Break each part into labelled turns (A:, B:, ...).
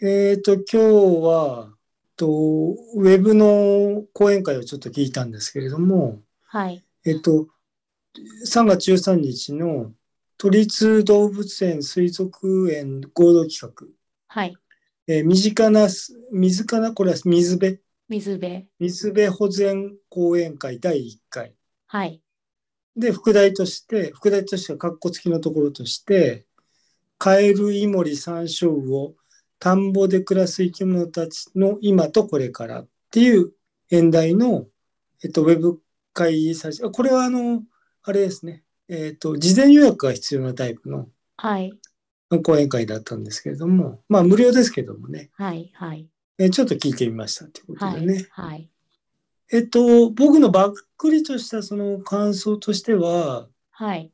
A: えっ、と、今日は、と、ウェブの講演会をちょっと聞いたんですけれども、
B: はい。
A: えっ、と、3月13日の都立動物園水族園合同企画、
B: はい。
A: えー身近なす、水かなこれは水辺、
B: 水辺。
A: 水辺保全講演会第1回。
B: はい。
A: で、副題として、副題としては括弧付きのところとして、カエル、イモリ、サンショウウオ、田んぼで暮らす生き物たちの今とこれからっていう演題の、えっと、ウェブ会議最初、あこれはあの、あれですね、えっと、事前予約が必要なタイプの
B: はい。
A: 講演会だったんですけれども、まあ無料ですけどもね、
B: はい。はい。
A: えちょっと聞いてみましたということ
B: は
A: で
B: い。
A: ね。
B: はい。
A: えっと、僕のばっくりとしたその感想としては、
B: はい。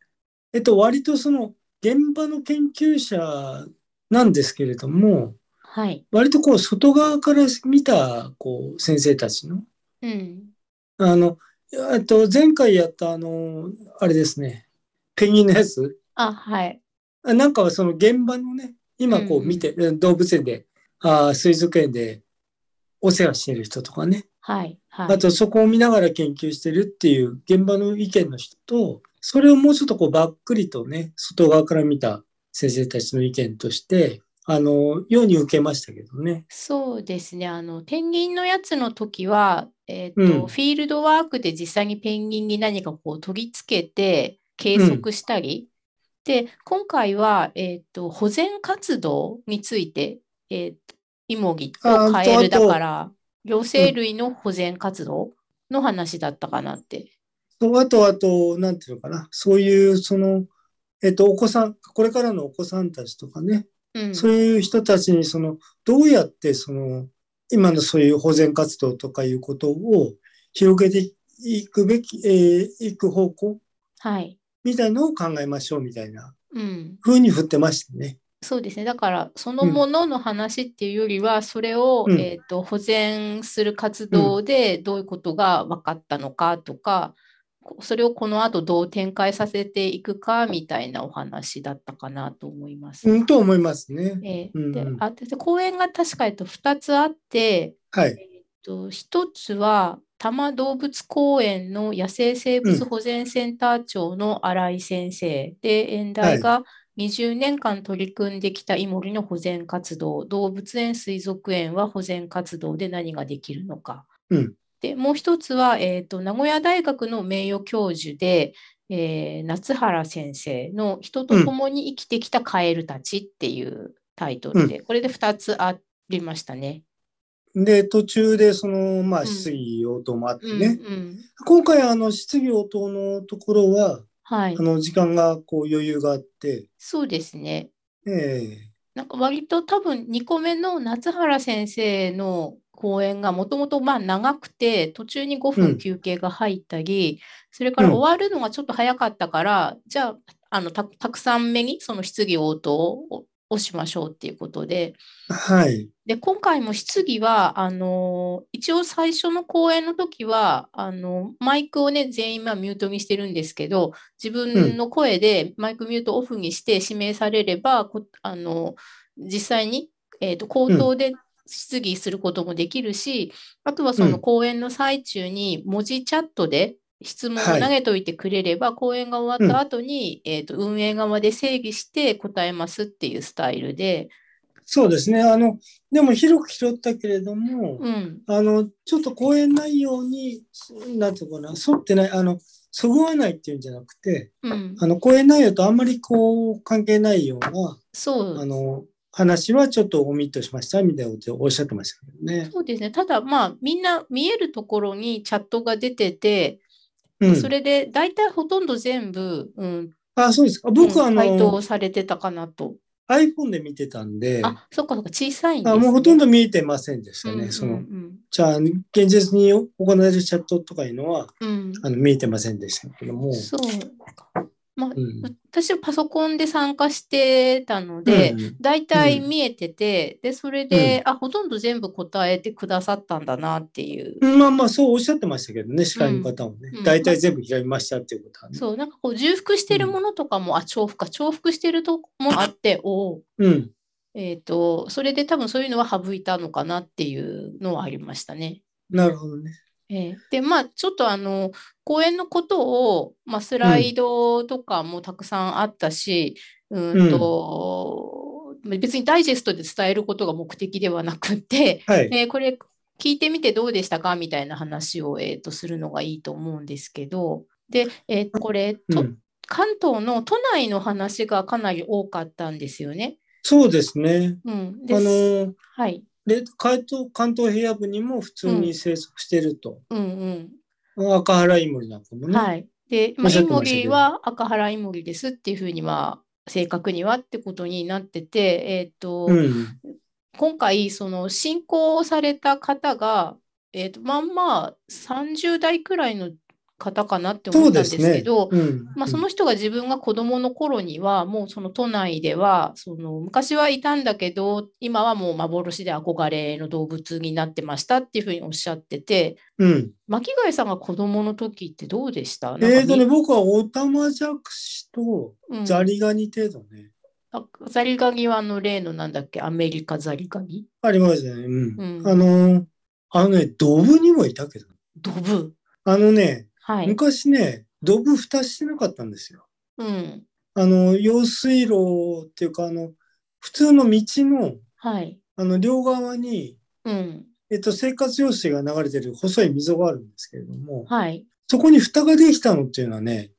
A: えっと、割とその現場の研究者なんですけれども、
B: はい。
A: 割とこう外側から見たこう先生たちの、
B: うん。
A: あの、えっと、前回やったあの、あれですね、ペンギンのやつ、
B: あ、はい。
A: あなんかはその現場のね、今こ
B: うん
A: う見て、動物園で、あー水族園でお世話してる人とかね、
B: はい。はい。
A: あとそこを見ながら研究してるっていう現場の意見の人と、それをもうちょっとこうばっくりとね、外側から見た先生たちの意見として、あの、ように受けましたけどね。
B: そうですね。あの、ペンギンのやつの時は、えっと、
A: うん
B: フィールドワークで実際にペンギンに何かこう取り付けて計測したり、で、今回は、えっと、保全活動について、えっと、イモギと
A: あ
B: カエル
A: あとあ
B: だ
A: と
B: から、両生類の保全活動の話だったかなって。
A: そうあと、あと、なんていうのかな。そういう、その、えっと、お子さん、これからのお子さんたちとかね、
B: うん。
A: そういう人たちに、その、どうやって、その、今のそういう保全活動とかいうことを広げていくべき、えーいく方向
B: はい。
A: みたいのを考えましょうみたいな
B: うん。
A: 風に振ってましたね。
B: そうですね。だから、その
A: うん
B: ものの話っていうよりは、それを、
A: うん
B: えっと、保全する活動でどういうことが分かったのかとか、こそれをこの後どう展開させていくかみたいなお話だったかなと思います。
A: うん、と思いますね。
B: え
A: う
B: ー
A: ん
B: で
A: うん
B: あで講演が確か、えっと、2つあって、
A: はい。
B: えっと、1つは多摩動物公園の野生生物保全センター長の新井先生で、演題が20年間取り組んできたイモリの保全活動、動物園水族園は保全活動で何ができるのか。
A: うん
B: で、もう一つは、えっと、名古屋大学の名誉教授で、えー夏原先生の人と共に生きてきたカエルたちっていうタイトルで、これで2つありましたね。
A: で、途中で、その、ま
B: う
A: あ、
B: ん
A: 質疑応答もあって
B: うん、
A: ね。
B: うん。
A: 今回、あの、質疑応答のところは、
B: はい
A: あ。の、時間が、こう、余裕があって、
B: そうですね。
A: え
B: なんか割と多分2個目の夏原先生の講演がもともとまあ長くて途中に5
A: う
B: 分
A: ん
B: 休憩が入ったり、それから
A: うん
B: 終わるのがちょっと早かったから、じゃああのたたくさん目にその質疑応答ををしましょうっていうことで、
A: えはい。
B: で、今回も質疑は、あの、一応最初の講演の時は、あの、マイクをね、全員まあミュートにしてるんですけど、自分の声でマイクミュートオフにして指名されれば、こあの、実際に、えっと、口頭で質疑することもできるし、あとはそうの
A: ん
B: 講演の最中に文字チャットで質問を
A: はい
B: 投げといてくれれば、講演が終わった後に、えっと、運営側で整理して答えますっていうスタイルで、
A: そうですね。あの、でも、広く拾ったけれども、
B: うん、
A: あの、ちょっと講演内容に、なんていうのかな、沿ってない、あの、そぐわないっていうんじゃなくて、
B: うん。
A: あの、講演内容とあんまり、こう、関係ないような、
B: そう
A: あの、話はちょっとオミットしましたみたいなことをおっしゃってましたけどね。
B: そうですね。ただまあみんな見えるところにチャットが出てて、
A: うん。
B: それで大体ほとんど全部、うん、
A: あ、そうですか。
B: う
A: 僕
B: ん
A: はあ
B: 回答
A: の、
B: されてたかなと。
A: iPhone で見てたんで、あ
B: あ、そっかそっか、小さいんです、ね。
A: もうほとんど見えてませんでした
B: うんうんう
A: ね。
B: ん
A: その、じゃあ、現実に行われるチャットとかいうのは、
B: うん
A: あの、見えてませんでしたけども。
B: そう。まあ
A: うん。
B: 私はパソコンで参加してたので、大体見えてて、で、それで、あ、ほとんど全部答えてくださったんだなっていう。
A: うん、まあまあ、そうおっしゃってましたけどね、司会の方もね
B: うん。
A: 大体全部開きましたっていうことはね。
B: そう、なんかこう、重複してるものとかも、あ、重複か、重複してるとこもあって、おお、
A: うん。
B: えっ、と、それで多分そういうのは省いたのかなっていうのはありましたね。
A: なるほどね。
B: えーで、まあ、ちょっとあの、公演のことを、まあ、スライドとかもたくさんあったし、うーんと、別にダイジェストで伝えることが目的ではなくて、
A: はい。
B: えーこれ聞いてみてどうでしたかみたいな話を、えー、とするのがいいと思うんですけど、で、えーこれ、
A: う
B: と
A: ん、
B: 関東の都内の話がかなり多かったんですよね。
A: そうですね。
B: うん、
A: あ
B: で
A: の
B: す。
A: ー
B: はい。
A: で関東関東平野部にも普通に生息してると。
B: うんうん。
A: 赤原イモリなんかもね。
B: はい。で、ま
A: お
B: あ、
A: っしゃ
B: イ
A: って
B: モ
A: ましたけど
B: リは赤原イモリですっていうふうには、正確にはってことになってて、えっ、と、
A: うん。
B: 今回、その進行された方が、えっ、と、まあまあ30代くらいの方かなって思
A: そ
B: っ
A: う
B: たん
A: です
B: ですけ
A: ね。
B: ど、
A: うん、
B: まあ、その人が自分が子供の頃には、もうその都内では、その昔はいたんだけど、今はもう幻で憧れの動物になってましたっていうふうにおっしゃってて、
A: うん。
B: 巻貝さんが子供の時ってどうでしたなんか
A: えーとね、
B: み
A: 僕はオタマジャクシと
B: うん
A: ザリガニ程度ね。
B: あザリガニはあの例のなんだっけ、アメリカザリガニ
A: ありましたね。うん。
B: うん
A: あのーあのね、ドブにもいたけど。
B: ドブ。
A: あのね、
B: はい。
A: 昔ね、ドブ蓋してなかったんですよ。
B: うん。
A: あの、用水路っていうか、あの、普通の道の、
B: はい。
A: あの、両側に、
B: うん。
A: えっと、生活用水が流れてる細い溝があるんですけれども、
B: はい。
A: そこに蓋ができたのっていうのはね、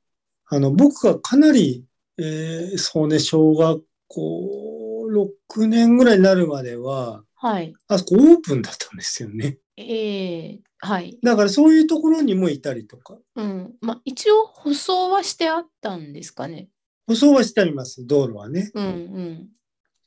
A: あの、僕がかなり、えーそうね、小学校6年ぐらいになるまでは、
B: はい。
A: あそこオープンだったんですよね。
B: えー、はい。
A: だからそういうところにもいたりとか、
B: うん。まあ、一応、舗装はしてあったんですかね。
A: 舗装はしてあります、道路はね。
B: うん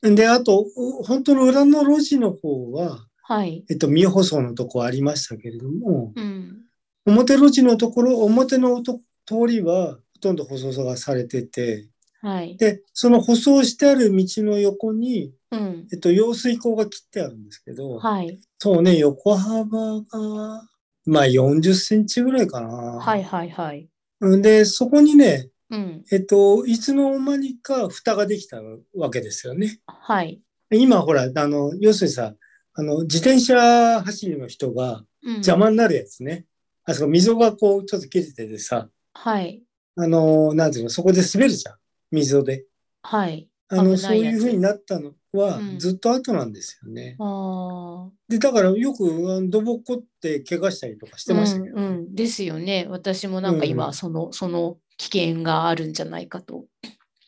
B: うん。
A: で、あと、う本当の裏の路地の方は、
B: はい。
A: えっと、未舗装のとこありましたけれども、
B: うん。
A: 表路地のところ、表のと通りは、ほとんど舗装がされてて、
B: はい。
A: で、その舗装してある道の横に、
B: うん。
A: えっと、用水溝が切ってあるんですけど、
B: はい。
A: そうね、横幅が、まあ40センチぐらいかな。
B: はいはいはい。
A: で、そこにね、
B: うん。
A: えっと、いつの間にか蓋ができたわけですよね。
B: はい。
A: 今、ほら、あの、要するにさ、あの、自転車走りの人が
B: うん。
A: 邪魔になるやつね。あそこ、溝がこう、ちょっと切れててさ、
B: はい。
A: あの、なんていうの、そこで滑るじゃん。溝で。
B: はい。
A: あの、
B: 危
A: そ
B: な
A: う
B: いや
A: いう
B: つ
A: ふうになったのは
B: う、ん
A: ずっと後なんですよね。
B: ああ。
A: で、だからよく、あの土木って怪我したりとかしてましたけど。
B: うんうん、ですよね。私もなんか
A: うんう
B: 今、
A: ん
B: その、その危険があるんじゃないかと。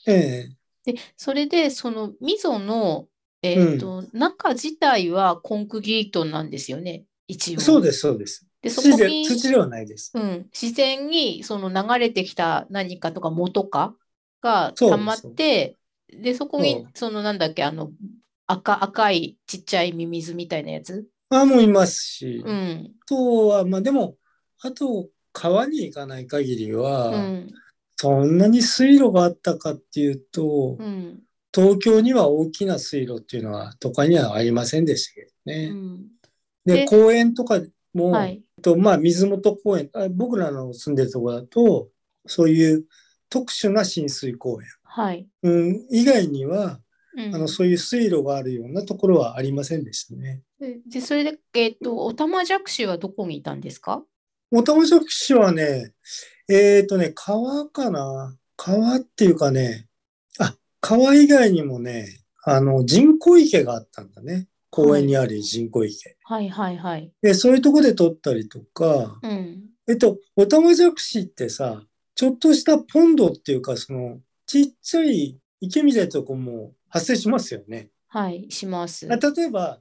A: え
B: で、それで、その溝の、えーと、中自体はコンクリートなんですよね、一
A: え
B: 応。
A: そうです、そうです。
B: で、そ
A: 土
B: こ
A: で
B: に、
A: 土ではないです。
B: うん、自然にその流れてきた何かとか元かが
A: そう
B: 溜まって、で、そこに
A: そ、
B: そのなんだっけ、あの、赤、赤いちっちゃいミミズみたいなやつ。
A: あもういますし、
B: う
A: あ
B: ん、
A: とは、まあでも、あと、川に行かない限りは、
B: うん、
A: そんなに水路があったかっていうと、
B: うん。
A: 東京には大きな水路っていうのは都会にはありませんでしたけど
B: う
A: ね。
B: ん
A: で、
B: で
A: 公園とかも、
B: はい。
A: えっとまあ、水元公園、あ僕らの住んでるところだと、そういう特殊な浸水公園、
B: はい。
A: うん、以外には、
B: うん
A: あのそういう水路があるようなところはありませんでしたね。
B: で、でそれで、えっと、オタマジャクシはどこにいたんですか
A: オタマジャクシはね、えっ、とね、川かな川っていうかね、あ、川以外にもね、あの、人工池があったんだね。公園にある人工池。
B: はいはいはい。
A: で、そういうとこで撮ったりとか、
B: うん。
A: えっと、オタマジャクシってさ、ちょっとしたポンドっていうか、その、ちっちゃい池みたいなとこも発生しますよね。
B: はい、します。
A: あ例えば、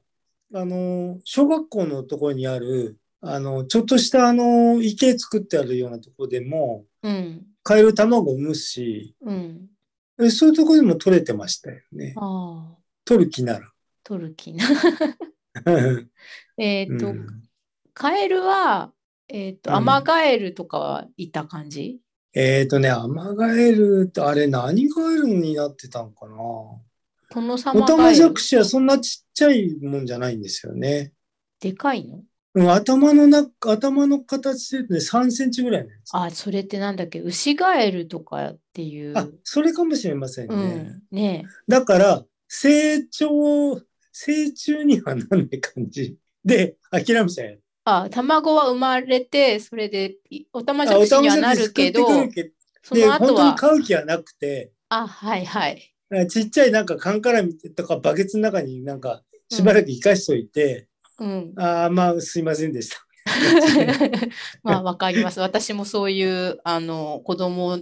A: あの、小学校のところにある、あの、ちょっとしたあの、池作ってあるようなところでも、
B: うん。
A: カエル卵を産むし、
B: うん。
A: えそういうところでも取れてましたよね。
B: ああ、
A: 取る気なら。
B: トルキな。
A: うん
B: えっと、カエルは、えっと、
A: うん
B: アマガエルとかはいた感じ
A: えっ、とね、アマガエルって、あれ何ガエルになってたのかな
B: 殿
A: オ
B: 様
A: タ
B: ガ
A: マ
B: エ
A: ジャ
B: ル
A: ク。シはそんなちっちゃいもんじゃないんですよね。
B: でかいの
A: うん頭の中、頭の形でね、3センチぐらいのやつ。
B: あ、それってなんだっけ牛ガエルとかっていう。
A: あ、それかもしれませんね。
B: うん。ね
A: だから、成長、成虫にはなんない感じで諦めちゃう。
B: あ、卵は生まれて、それで、いおたまじゃくしにはなるけど、
A: あおたまじゃくし作ってくる
B: そ
A: けで
B: の後
A: 本当に
B: は、
A: 買う気はなくて、
B: あ、はいはい。
A: ちっちゃいなんか缶からとかバケツの中になんかしばらく生かしといて、
B: うん。
A: ああ、まあすいませんでした。
B: まあ、わかります。私もそういう、あの、子供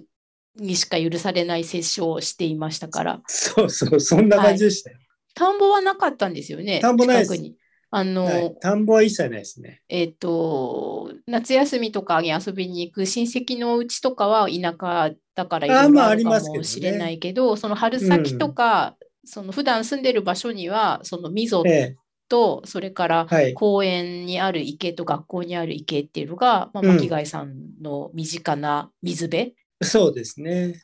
B: にしか許されない接種をしていましたから。
A: そうそう、そんな感じでしたよ。
B: 田んぼはなかったんですよね。
A: 田んぼないです
B: 近くに。あの、
A: はい田んぼは一切ないですね。
B: えっ、と、夏休みとかに遊びに行く親戚のうちとかは田舎だからいろ
A: あ
B: い
A: ま
B: ろ
A: あ
B: ある
A: あ
B: か
A: りますけど
B: も
A: ね
B: しれないけど、その春先とか、その普段住んでる場所には、その溝
A: ええ、
B: と、それから
A: はい。
B: 公園にある池と学校にある池っていうのが、まあ、
A: うん
B: 巻貝さんの身近な水辺。
A: そうですね。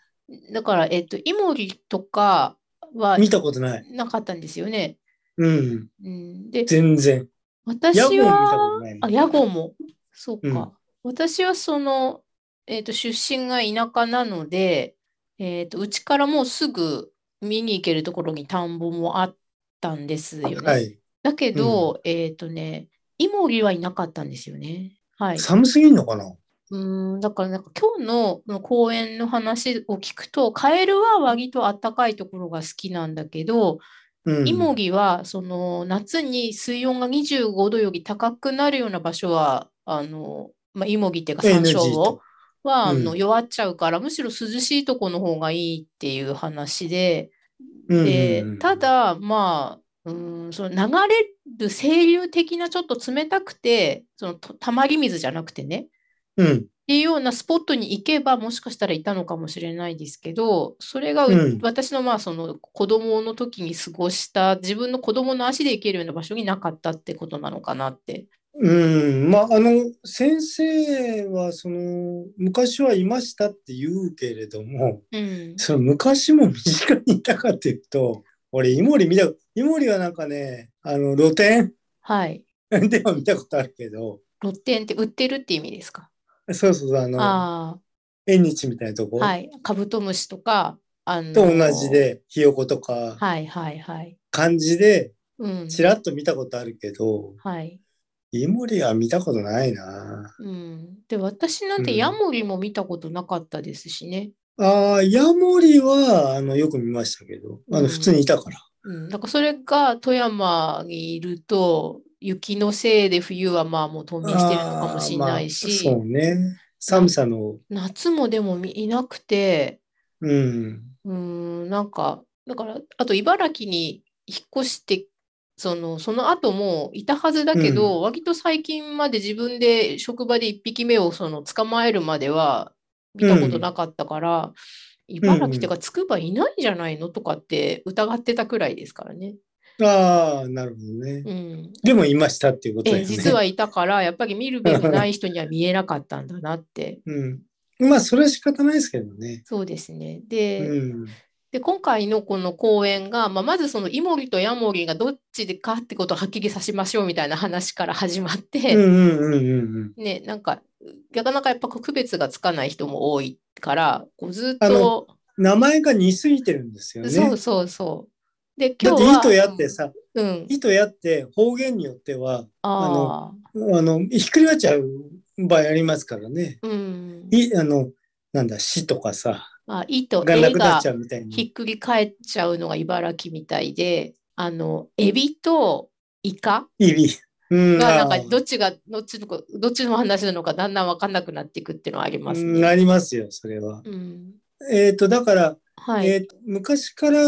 B: だから、えっ、と、イモリとかは
A: 見たことない。
B: なかったんですよね。
A: うん。
B: うん、で、
A: 全然。
B: 私
A: ヤゴも見た
B: は、
A: ことない
B: あ、
A: もん。
B: 屋号も。そうか。
A: うん
B: 私はその、えっ、と、出身が田舎なので、えっ、と、うちからもうすぐ見に行けるところに田んぼもあったんですよね。
A: はい。
B: だけど、えっ、とね、イモリはいなかったんですよね。はい。
A: 寒すぎんのかな
B: うーん、だからなんか今日のこの公園の話を聞くと、カエルは割と暖かいところが好きなんだけど、
A: うん。
B: イモリはその夏に水温が25度より高くなるような場所はあの、まあ、イモギっていうか山
A: NG
B: 椒を
A: と。
B: はあ
A: う
B: の
A: ん
B: 弱っちゃうから、むしろ涼しいとこの方がいいっていう話で、
A: うんうん
B: で
A: うん
B: ただまあうんその流れる清流的なちょっと冷たくてそのとたまり水じゃなくてね
A: うん。
B: っていうようなスポットに行けばもしかしたらいたのかもしれないですけどそれがう
A: うん
B: 私のまあその子供の時に過ごした自分の子供の足で行けるような場所になかったってことなのかなって。
A: うん。まあ、あの、先生は、その、昔はいましたって言うけれども、
B: うん、
A: その昔も身近にいたかっていうと、俺、イモリ見た、イモリはなんかね、あの、露店
B: はい。
A: では見たことあるけど、
B: 露店って売ってるって意味ですか。
A: そうそう、あの、
B: あ
A: 縁日みたいなと
B: あ
A: こ、
B: はい。カブトムシとか、あの
A: と同じ。で、ひよことか、
B: はいはいはい。
A: 漢字で、
B: うん。
A: ちらっと見たことあるけど、
B: はい。
A: イモリは見たことないな。
B: うん、で私なん
A: う
B: て
A: ん
B: ヤモリも見たことなかったですしね。
A: ああ、ヤモリは、あの、よく見ましたけど、あ
B: うん
A: の、普通にいたから。
B: うん、なんかそれが富山にいると雪のせいで冬はまあもう冬眠してるのかもしれないし、
A: あーまあそうね。寒さの、
B: 夏もでもみいなくて
A: うん。
B: うーんなんかだからあと茨城に引っ越してそのその後もいたはずだけど、割と最近まで自分で職場で1匹目をその捕まえるまでは見たことなかったから、茨城っていうかつくばいないんじゃないのとかって疑ってたくらいですからね。
A: ああ、なるほどね。
B: うん、
A: でもいましたっていうことだ
B: え
A: よ
B: え
A: ね。
B: 実はいたから、やっぱり見るべきない人には見えなかったんだなって。
A: うん。まあ、それは仕方ないですけどね。
B: そうですね。で、
A: うん。
B: で今回のこの講演が、まあ、まずそのイモリとヤモリがどっちでかってことをはっきりさせましょうみたいな話から始まっ
A: うん
B: て、
A: うんうんうん
B: ね、なんか、なかなかやっぱ区別がつかない人も多いから、こうずっ
A: あ
B: と、
A: うん。名前が似すぎてるんですよね。
B: そうそうそう。で、
A: だ
B: 今
A: っ
B: 日
A: て、
B: は、
A: 糸やってさ、
B: うん、
A: 糸やって方言によっては、
B: あ
A: ああの、ひっくり返っちゃう場合ありますからね。
B: あ、うん、
A: い、あの、なんだ、死とかさ、
B: あ、いいと、
A: がな
B: 絵
A: くな
B: が
A: っちゃうみたいな。
B: ひっくり返っちゃうのが茨城みたいで、あの、エビとイカ
A: 意味。うん。
B: がなんか
A: あー
B: どっちが、どっちのこ、どっちの話なのかだんだん分かんなくなっていくっていうのはあります
A: うん
B: ね。
A: ありますよ、それは。
B: うん。
A: えっ、と、だから、
B: は
A: え
B: い。
A: ーと昔から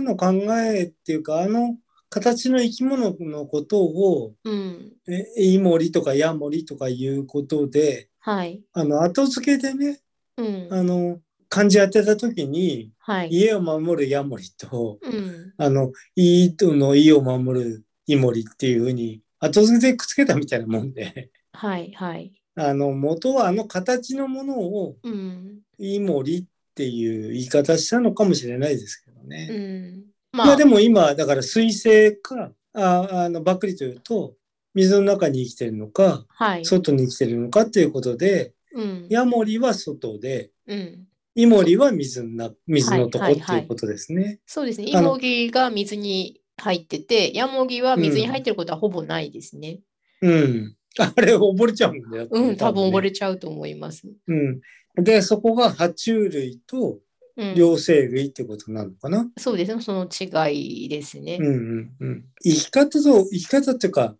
A: の考えっていうか、あの形の生き物のことを、
B: うん。
A: えイモリとかヤモリとかいうことで、
B: はい。
A: あの、後付けでね、
B: うん。
A: あの、漢字当てた時に、
B: はい。
A: 家を守るヤモリと、
B: うん。
A: あの、イとのイを守るイモリっていうふうに、後付けでくっつけたみたいなもんで、
B: はい。はい。
A: あの、元はあの形のものを、
B: うん。
A: イモリっていう言い方したのかもしれないですけどね。
B: うん。
A: ま
B: ま
A: あ
B: あ
A: で、も今、だから水星か、ああのばっくりというと、水の中に生きてるのか、
B: はい。
A: 外に生きてるのかっていうことで、
B: うん。
A: ヤモリは外で、
B: うん。
A: イモリは水な水のとこ
B: は
A: っ
B: い
A: て
B: はいはい
A: いうことですね。
B: そうですね。イ
A: あの
B: モギが水に入ってて、ヤモギは水に入ってることはほぼないですね。
A: うん。あれ溺れちゃうんだよ。
B: うん、多分溺
A: れ
B: れちゃうと思います。
A: うん。で、そこが爬虫類と
B: うん、
A: 両生類ってことなのかな。
B: そうですね。その違いですね。
A: うんうんうん。生き方と、生き方っていうか、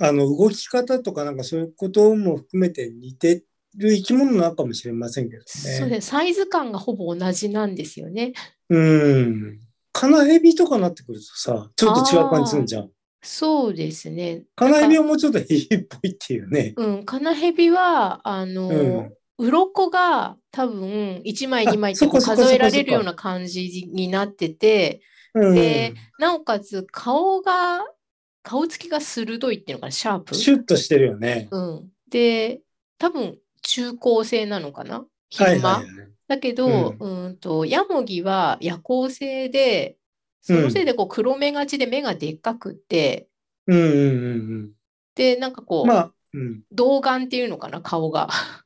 A: あの、動き方とかなんかそういうことも含めて似てる生き物なのかもしれませんけどね。
B: そうです。サイズ感がほぼ同じなんですよね。
A: うん。カナヘビとかになってくるとさ、ちょっと違う感じするじゃん。
B: そうですね。
A: カナヘビはもうちょっとヘビっぽいっていうね。
B: うん、カナヘビは、あの、
A: うん
B: 鱗が多分1枚
A: あ
B: 2枚っ
A: そ
B: て
A: こ
B: こう
A: そこそこ
B: 数えられ
A: そ
B: る
A: こ
B: ような感じになってて、
A: うん。
B: でなおかつ顔が、顔つきが鋭いっていうのかな、シャープ。
A: シュッとしてるよね。
B: うん、で、多分中高生なのかな、
A: はい
B: 昼間。
A: はいはい。
B: だけど、うーんと、ヤモギは夜行性で、そのせいでこう黒目がちで目がでっかくって、
A: うんうんうん
B: で、なんか
A: う
B: こ
A: ん。
B: う、
A: まあ、うん。
B: 童顔っていうのかな、顔が。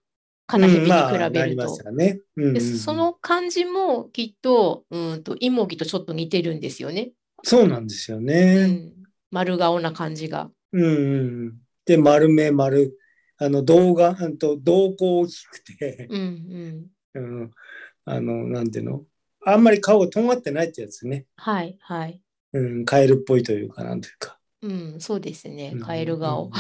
B: カナヘビに
A: う
B: 比
A: んまあ
B: べ
A: な
B: る
A: りま
B: と
A: す。よね。うんうんう
B: で、
A: ん
B: その感じもきっと、うーんと、イモギとちょっと似てるんですよね。
A: そうなんですよ
B: う
A: ね。
B: ん、丸顔な感じが。
A: うんうんうん。で、丸目、丸、あの、動画、あんと、瞳孔大きくて、
B: うんうん。
A: うん、あの、なんていうの、あんまり顔がとんがってないってやつね。
B: はいはい。
A: うん、カエルっぽいというか、なんというか。
B: うん、そうですね
A: う。ん
B: カエル顔。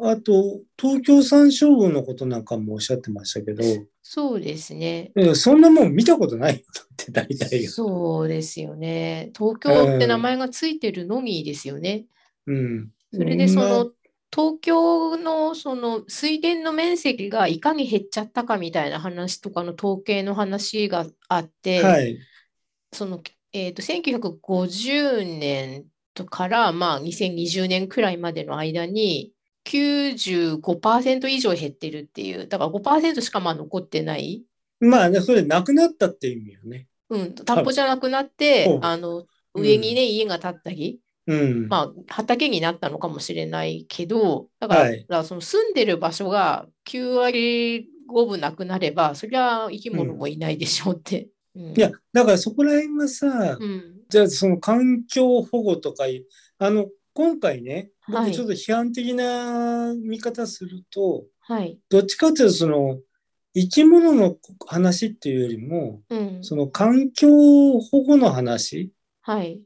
A: あと、東京山椒魚のことなんかもおっしゃってましたけど、
B: そうですね。
A: うんそんなもん見たことないよだって大体が。
B: そうですよね。東京って名前がついてるのみですよね。
A: うん。
B: それでそ
A: んな
B: の東京のその水田の面積がいかに減っちゃったかみたいな話とかの統計の話があって、
A: はい。
B: そのえーと1950年とからまあ2020年くらいまでの間に95%以上減ってるっていう、だから5%しかまあ残ってない。
A: まあね、それなくなったって意味よね。
B: うん、田んぼじゃなくなって
A: ほ、う
B: あの
A: うん
B: 上にね、家が建ったり、
A: うん。
B: まあ、畑になったのかもしれないけど、だから、
A: はい
B: だからその住んでる場所が9割5分なくなれば、そりゃ生き物もいないでしょうって。う
A: い
B: ん
A: や、だからそこら辺がさ、
B: うん、
A: じゃあその環境保護とかいう、あの、今回ね、
B: は
A: 僕
B: い
A: ちょっと批判的な見方すると、
B: はい。
A: どっちかというとその、生き物の話っていうよりも、
B: うん、
A: その環境保護の話っ
B: はい。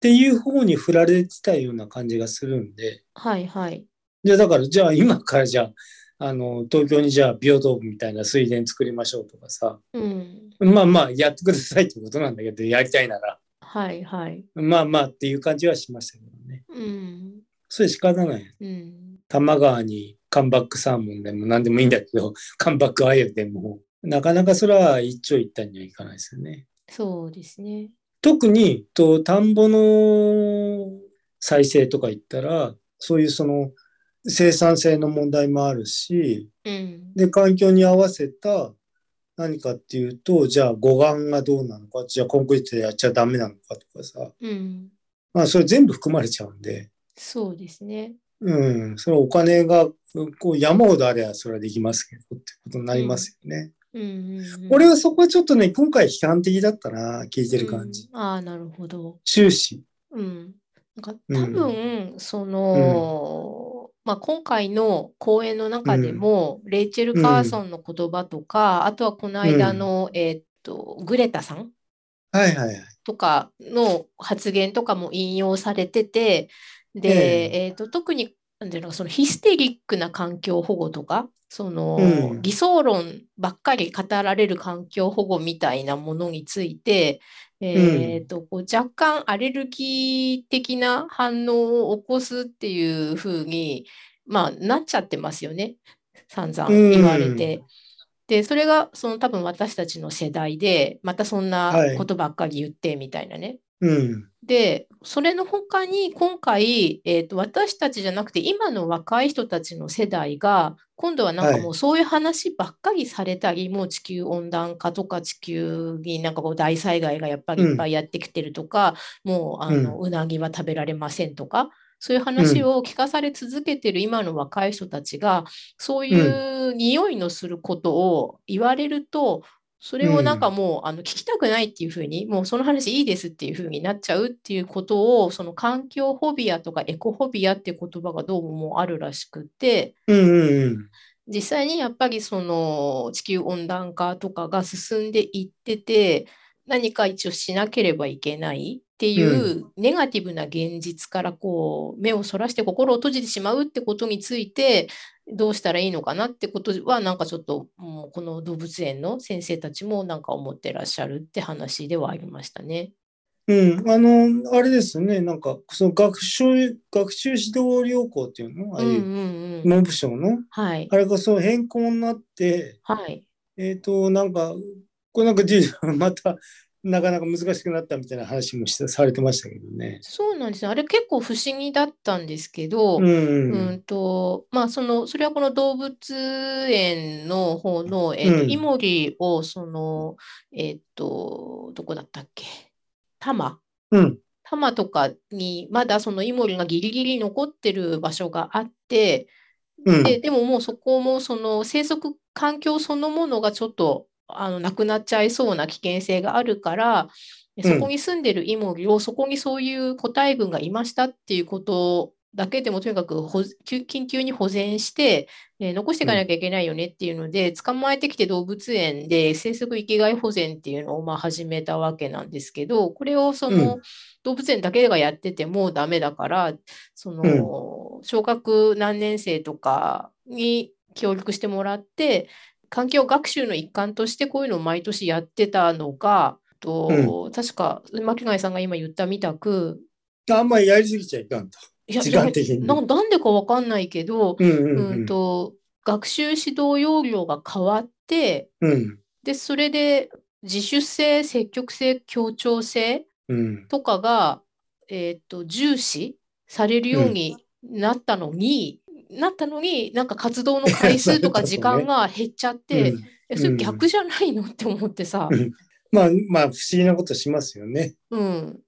A: ていう方に振られてたような感じがするんで、
B: はい、はい。
A: じゃあだから、じゃあ今からじゃあ、あの、東京にじゃあビ道具みたいな水田作りましょうとかさ、
B: うん、
A: まあまあやってくださいってことなんだけど、やりたいなら、
B: はい、はい。
A: まあまあっていう感じはしましたけどね。
B: うん、
A: それ仕方ない。
B: うん、
A: 多摩川にカンバックサーモンでも何でもいいんだけど、 カンバックアユでも、なかなかそれは一長一短にはいかないですよね。
B: そうですね。
A: 特に、と、田んぼの再生とか言ったら、そういうその生産性の問題もあるし、
B: うん、
A: で、環境に合わせた何かっていうと、じゃあ護岸がどうなのか、じゃあコンクリートでやっちゃダメなのかとかさ、
B: うん、
A: まあそれ全部含まれちゃうんで、
B: そうですね。
A: うん、それはお金がこう山ほどあればそれはできますけどってことになりますよね。
B: うん、うん、うん
A: 俺はそこはちょっとね、今回批判的だったな、聞いてる感じ。
B: うんああ、なるほど。
A: 終始。
B: うん、なんか
A: うん
B: 多分、その、まあ、今回の講演の中でも、レイチェル・カーソンの言葉とか、あとはこの間の、えーっと、グレタさん
A: はいはいはい。
B: とかの発言とかも引用されてて、で、
A: え
B: えーっと、特に、なんていうのか、そのヒステリックな環境保護とか、その、
A: うん
B: 偽装論ばっかり語られる環境保護みたいなものについて、えーとこう若干アレルギー的な反応を起こすっていう風に、まあ、なっちゃってますよね散々
A: うん
B: 言われて。でそれがその多分私たちの世代でまたそんな
A: はい
B: ことばっかり言ってみたいなね。
A: うん。
B: でそれの他に今回、えーと私たちじゃなくて今の若い人たちの世代が今度はなんか
A: はい
B: もうそういう話ばっかりされたり、もう地球温暖化とか地球になんかこう大災害がやっぱりいっぱいやってきてるとか、もうあの、うなぎは食べられませんとかそういう話を聞かされ続けてる今の若い人たちがそういう匂いのすることを言われると、それをなんかもう、あの聞きたくないっていうふうに、もうその話いいですっていうふうになっちゃうっていうことを、その環境ホビアとかエコホビアっていう言葉がどうももうあるらしくて、
A: うんうんうん。
B: 実際にやっぱりその地球温暖化とかが進んでいってて、何か一応しなければいけないっていうネガティブな現実からこう目をそらして心を閉じてしまうってことについてどうしたらいいのかなってことはなんかちょっともうこの動物園の先生たちもなんか思ってらっしゃるって話ではありましたね。
A: うん、あの、あれですね、なんか、その学習、学習指導要項っていうのああ
B: う
A: いう、
B: んうんうん。
A: 文部省の、
B: はい。
A: あれがその変更になって、
B: はい。
A: えっ、と、なんか、これなんか、じいさんまた、なかなか難しくなったみたいな話もしてされてましたけどね。
B: そうなんですよ。あれ結構不思議だったんですけど、
A: うん
B: う
A: うん
B: んと、まあ、その、それはこの動物園の方の、えっと、
A: うん
B: イモリを、その、えっと、どこだったっけ多摩
A: うん。
B: 多摩とかに、まだそのイモリがギリギリ残ってる場所があって、
A: うん
B: で、でももうそこも、その生息環境そのものがちょっと、あの、なくなっちゃいそうな危険性があるから、
A: うん
B: そこに住んでるイモリを、そこにそういう個体群がいましたっていうことだけでも、とにかくほ緊緊急に保全して、えー残していかなきゃいけないよねっていうので、捕まえてきて動物園で生息生きがい保全っていうのをまあ始めたわけなんですけど、これをその、動物園だけがやっててもダメだから、その、小学何年生とかに協力してもらって、環境学習の一環としてこういうのを毎年やってたのが、と確か巻貝さんが今言ったみたく、
A: あんまりやりすぎちゃいかんと。
B: いや
A: 時間的に。
B: ななんでかわかんないけど、
A: うんう
B: うん
A: うん
B: んと学習指導要領が変わって、
A: うん
B: でそれで自主性、積極性、協調性
A: うん
B: とかが、えー、と重視されるようになったのに、なったのになんか活動の回数とか
A: そういう
B: 時
A: ことね
B: 間が減っちゃって、
A: うん
B: えそれ
A: うん
B: 逆じゃないのって思ってさ、
A: まあまあ不思議なことしますよね。
B: うん、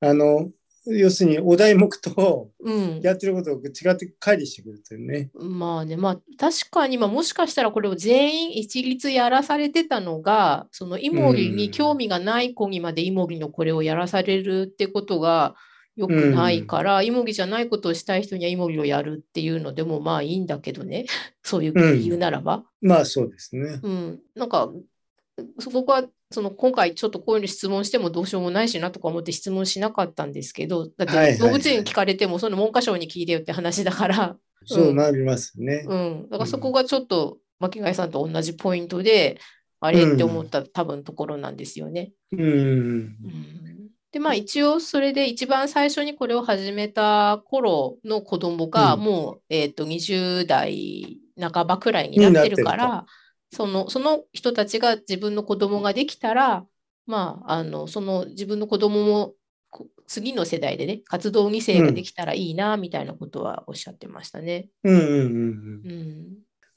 A: あの要するにお題目と
B: うん。
A: やってることを違って乖離してくるというね。
B: まあね、まあ確かに、まあもしかしたらこれを全員一律やらされてたのが、そのイモリ
A: うん
B: に興味がない子にまでイモリのこれをやらされるってことが良くないから、イモリじゃないことをしたい人にはイモリをやるっていうのでもまあいいんだけどね、 そういう理由ならば。
A: まあそうですね。
B: うん、なんか、そこは、その今回ちょっとこういうの質問してもどうしようもないしなとか思って質問しなかったんですけど、だっ
A: はいはいは
B: て
A: い
B: 動物園聞かれてもその文科省に聞いてよって話だから、
A: そうなりますね。
B: うん、だか
A: うん
B: らそこがちょっと巻貝さんと同じポイントで、あれって思った多分ところなんですよね。
A: うん。
B: うんでまあ一応それで一番最初にこれを始めた頃の子供が
A: うん
B: もう、えー、と20代半ばくらいになってるか
A: にな
B: らそのその人たちが自分の子供ができたらまああのその自分の子供もこ次の世代でね活動2世ができたらいいなみたいなことはおっしゃってましたね。
A: うんうんうんうん。
B: うん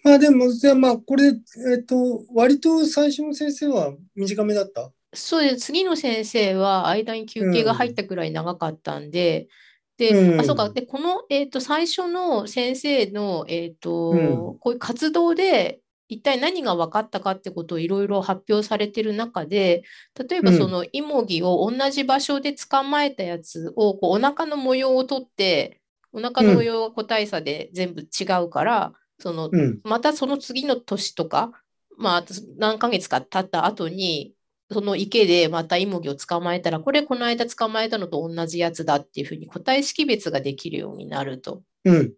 A: まあでも、じゃあまあこれ、えっと、割と最初の先生は短めだった
B: そうです。次の先生は間に休憩が入ったくらい長かったんで、で、
A: うん
B: あ、そうか。で、この、えっと、最初の先生の、えっと、
A: うん
B: こういう活動で、一体何が分かったかってことをいろいろ発表されてる中で、例えば
A: うん
B: そのイモギを同じ場所で捕まえたやつを、こうお腹の模様を取って、お腹の模様が個体差で全部違うから、その
A: うん。
B: またその次の年とか、まあ、何ヶ月か経った後に、その池でまたイモギを捕まえたら、これこの間捕まえたのと同じやつだっていうふうに個体識別ができるようになると。
A: うん。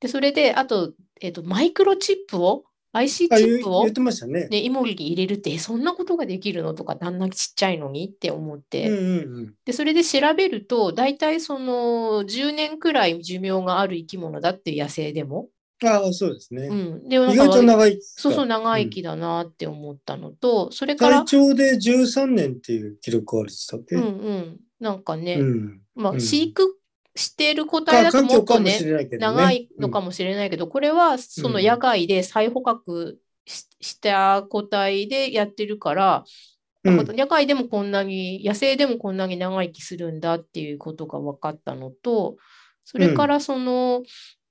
B: で、それで、あと、えっ、と、マイクロチップを、IC チ
A: あ、言う
B: ップを
A: 言っ、てましたね。
B: ね、イモリに入れるって、えそんなことができるのとか、あんなちっちゃいのにって思って。
A: うんうん
B: で、それで調べると、大体その10年くらい寿命がある生き物だって野生でも。
A: うん。ああ、そうですね。
B: うん。でもなん
A: 意
B: か
A: 外と
B: 割
A: 長い。
B: そうそう、長生きだなって思ったのと、それから
A: 最、長で13年っていう記録があるって言ったっけ
B: うんうん、なんかね、
A: うん。
B: ま
A: う
B: あ、
A: ん
B: 飼育している個体
A: か
B: だと
A: 環
B: も
A: 境
B: っ
A: か
B: と
A: も
B: ね、
A: しれないけどね。
B: 長いのかもしれないけど、これはその野外で再捕獲しした個体でやってるから、
A: うんうん
B: 野外でもこんなに、野生でもこんなに長生きするんだっていうことが分かったのと、それからその、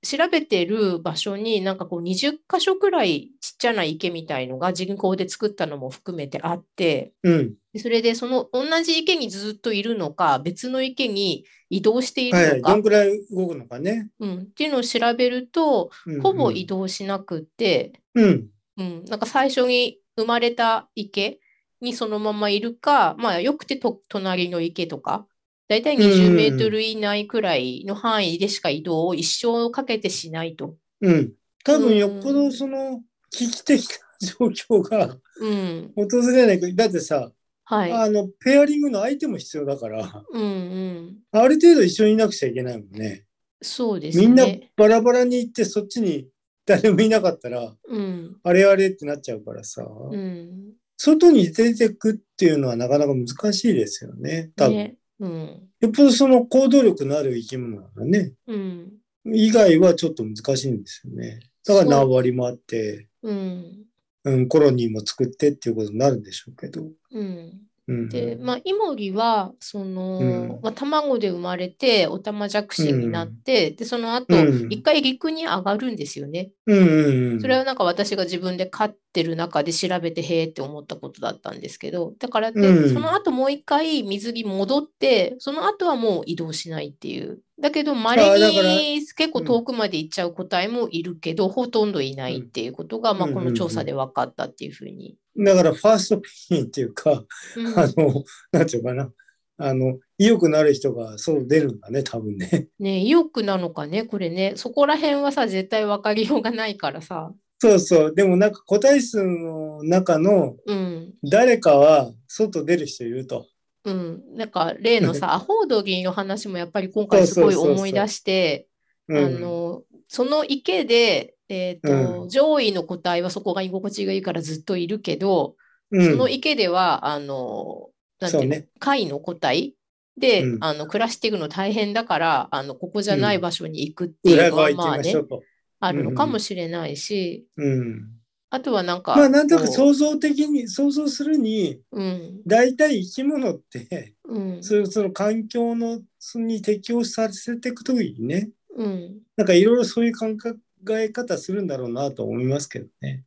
B: 調べてる場所になんかこう20箇所くらいちっちゃな池みたいのが人工で作ったのも含めてあって、
A: うん。
B: でそれでその同じ池にずっといるのか、別の池に移動してい
A: はいは
B: る
A: い。
B: のか、
A: どんぐらい動くのかね。
B: うん、っていうのを調べると、
A: うん
B: ほぼ移動しなくって、
A: うん。
B: うん、なんか最初に生まれた池にそのままいるか、まあよくてと隣の池とか、だいたい20メートル以内くらいの範囲でしか移動を一生かけてしないと。
A: うん。多
B: う
A: 分
B: ん
A: よっぽどその危機的な状況が
B: うん、
A: 訪れないかだってさ、
B: はい。
A: あの、ペアリングの相手も必要だから、
B: うんうん。
A: ある程度一緒にいなくちゃいけないもんね。
B: そうです
A: みんな
B: ね。
A: バラバラに行ってそっちに誰もいなかったら、
B: うん。
A: あれあれってなっちゃうからさ、
B: うん。
A: 外に出てくっていうのはなかなか難しいですよね。多分。
B: ね。うん。
A: よっぽどその行動力のある生き物だね。
B: うん。
A: 以外はちょっと難しいんですよね。だから縄張りもあって、
B: うん。
A: うん、コロニーも作ってっていうことになるんでしょうけど。
B: うん。
A: うん、
B: で、まあ、イモリは、その、
A: うん
B: まあ、卵で生まれて、オタマジャクシになって、で、その後、
A: うん
B: 一回陸に上がるんですよね。
A: うんうんうん、
B: それはなんか私が自分で飼ってる中で調べて、へえって思ったことだったんですけど、だからで、
A: うん
B: その後もう一回水着戻って、その後はもう移動しないっていう。だけど、まれ
A: あだから
B: に結構遠くまで行っちゃう個体もいるけど、ほとんどいないっていうことが、まあ、
A: うん
B: この調査で分かったっていうふうに。
A: だからファーストペインっていうか、
B: うん
A: あの、なんていうかな。あの、意欲のある人がそう出るんだね、多分ね。
B: ね意欲なのかね、これね。そこら辺はさ、絶対分かりようがないからさ。
A: そうそう。でもなんか個体数の中の
B: うん。
A: 誰かは外出る人いると。
B: うん。なんか、例のさ、アホウドギの話もやっぱり今回すごい
A: そうそうそうそう
B: 思い出して、
A: うん、
B: あの、その池で、えっと、
A: う
B: 上位の個体はそこが居心地がいいからずっといるけど、
A: うん、
B: その池では、あの、なんていう
A: そう
B: の、
A: ね
B: 貝の個体で、
A: うん
B: あの、暮らしていくの大変だから、あの、ここじゃない場所に行くってい
A: 裏
B: うの
A: 側
B: は、
A: 行っ
B: まあ
A: てみま
B: ね
A: しょ、うと。
B: あるのかもしれないし、
A: うん。
B: あとはなんか、
A: まあなんとなく
B: こう
A: 想像的に想像するに
B: うん、
A: 大体生き物って
B: うん、
A: そういうその環境のそのに適応させていくときにね
B: うん、
A: なんかいろいろそういう考え方するんだろうなと思いますけどね。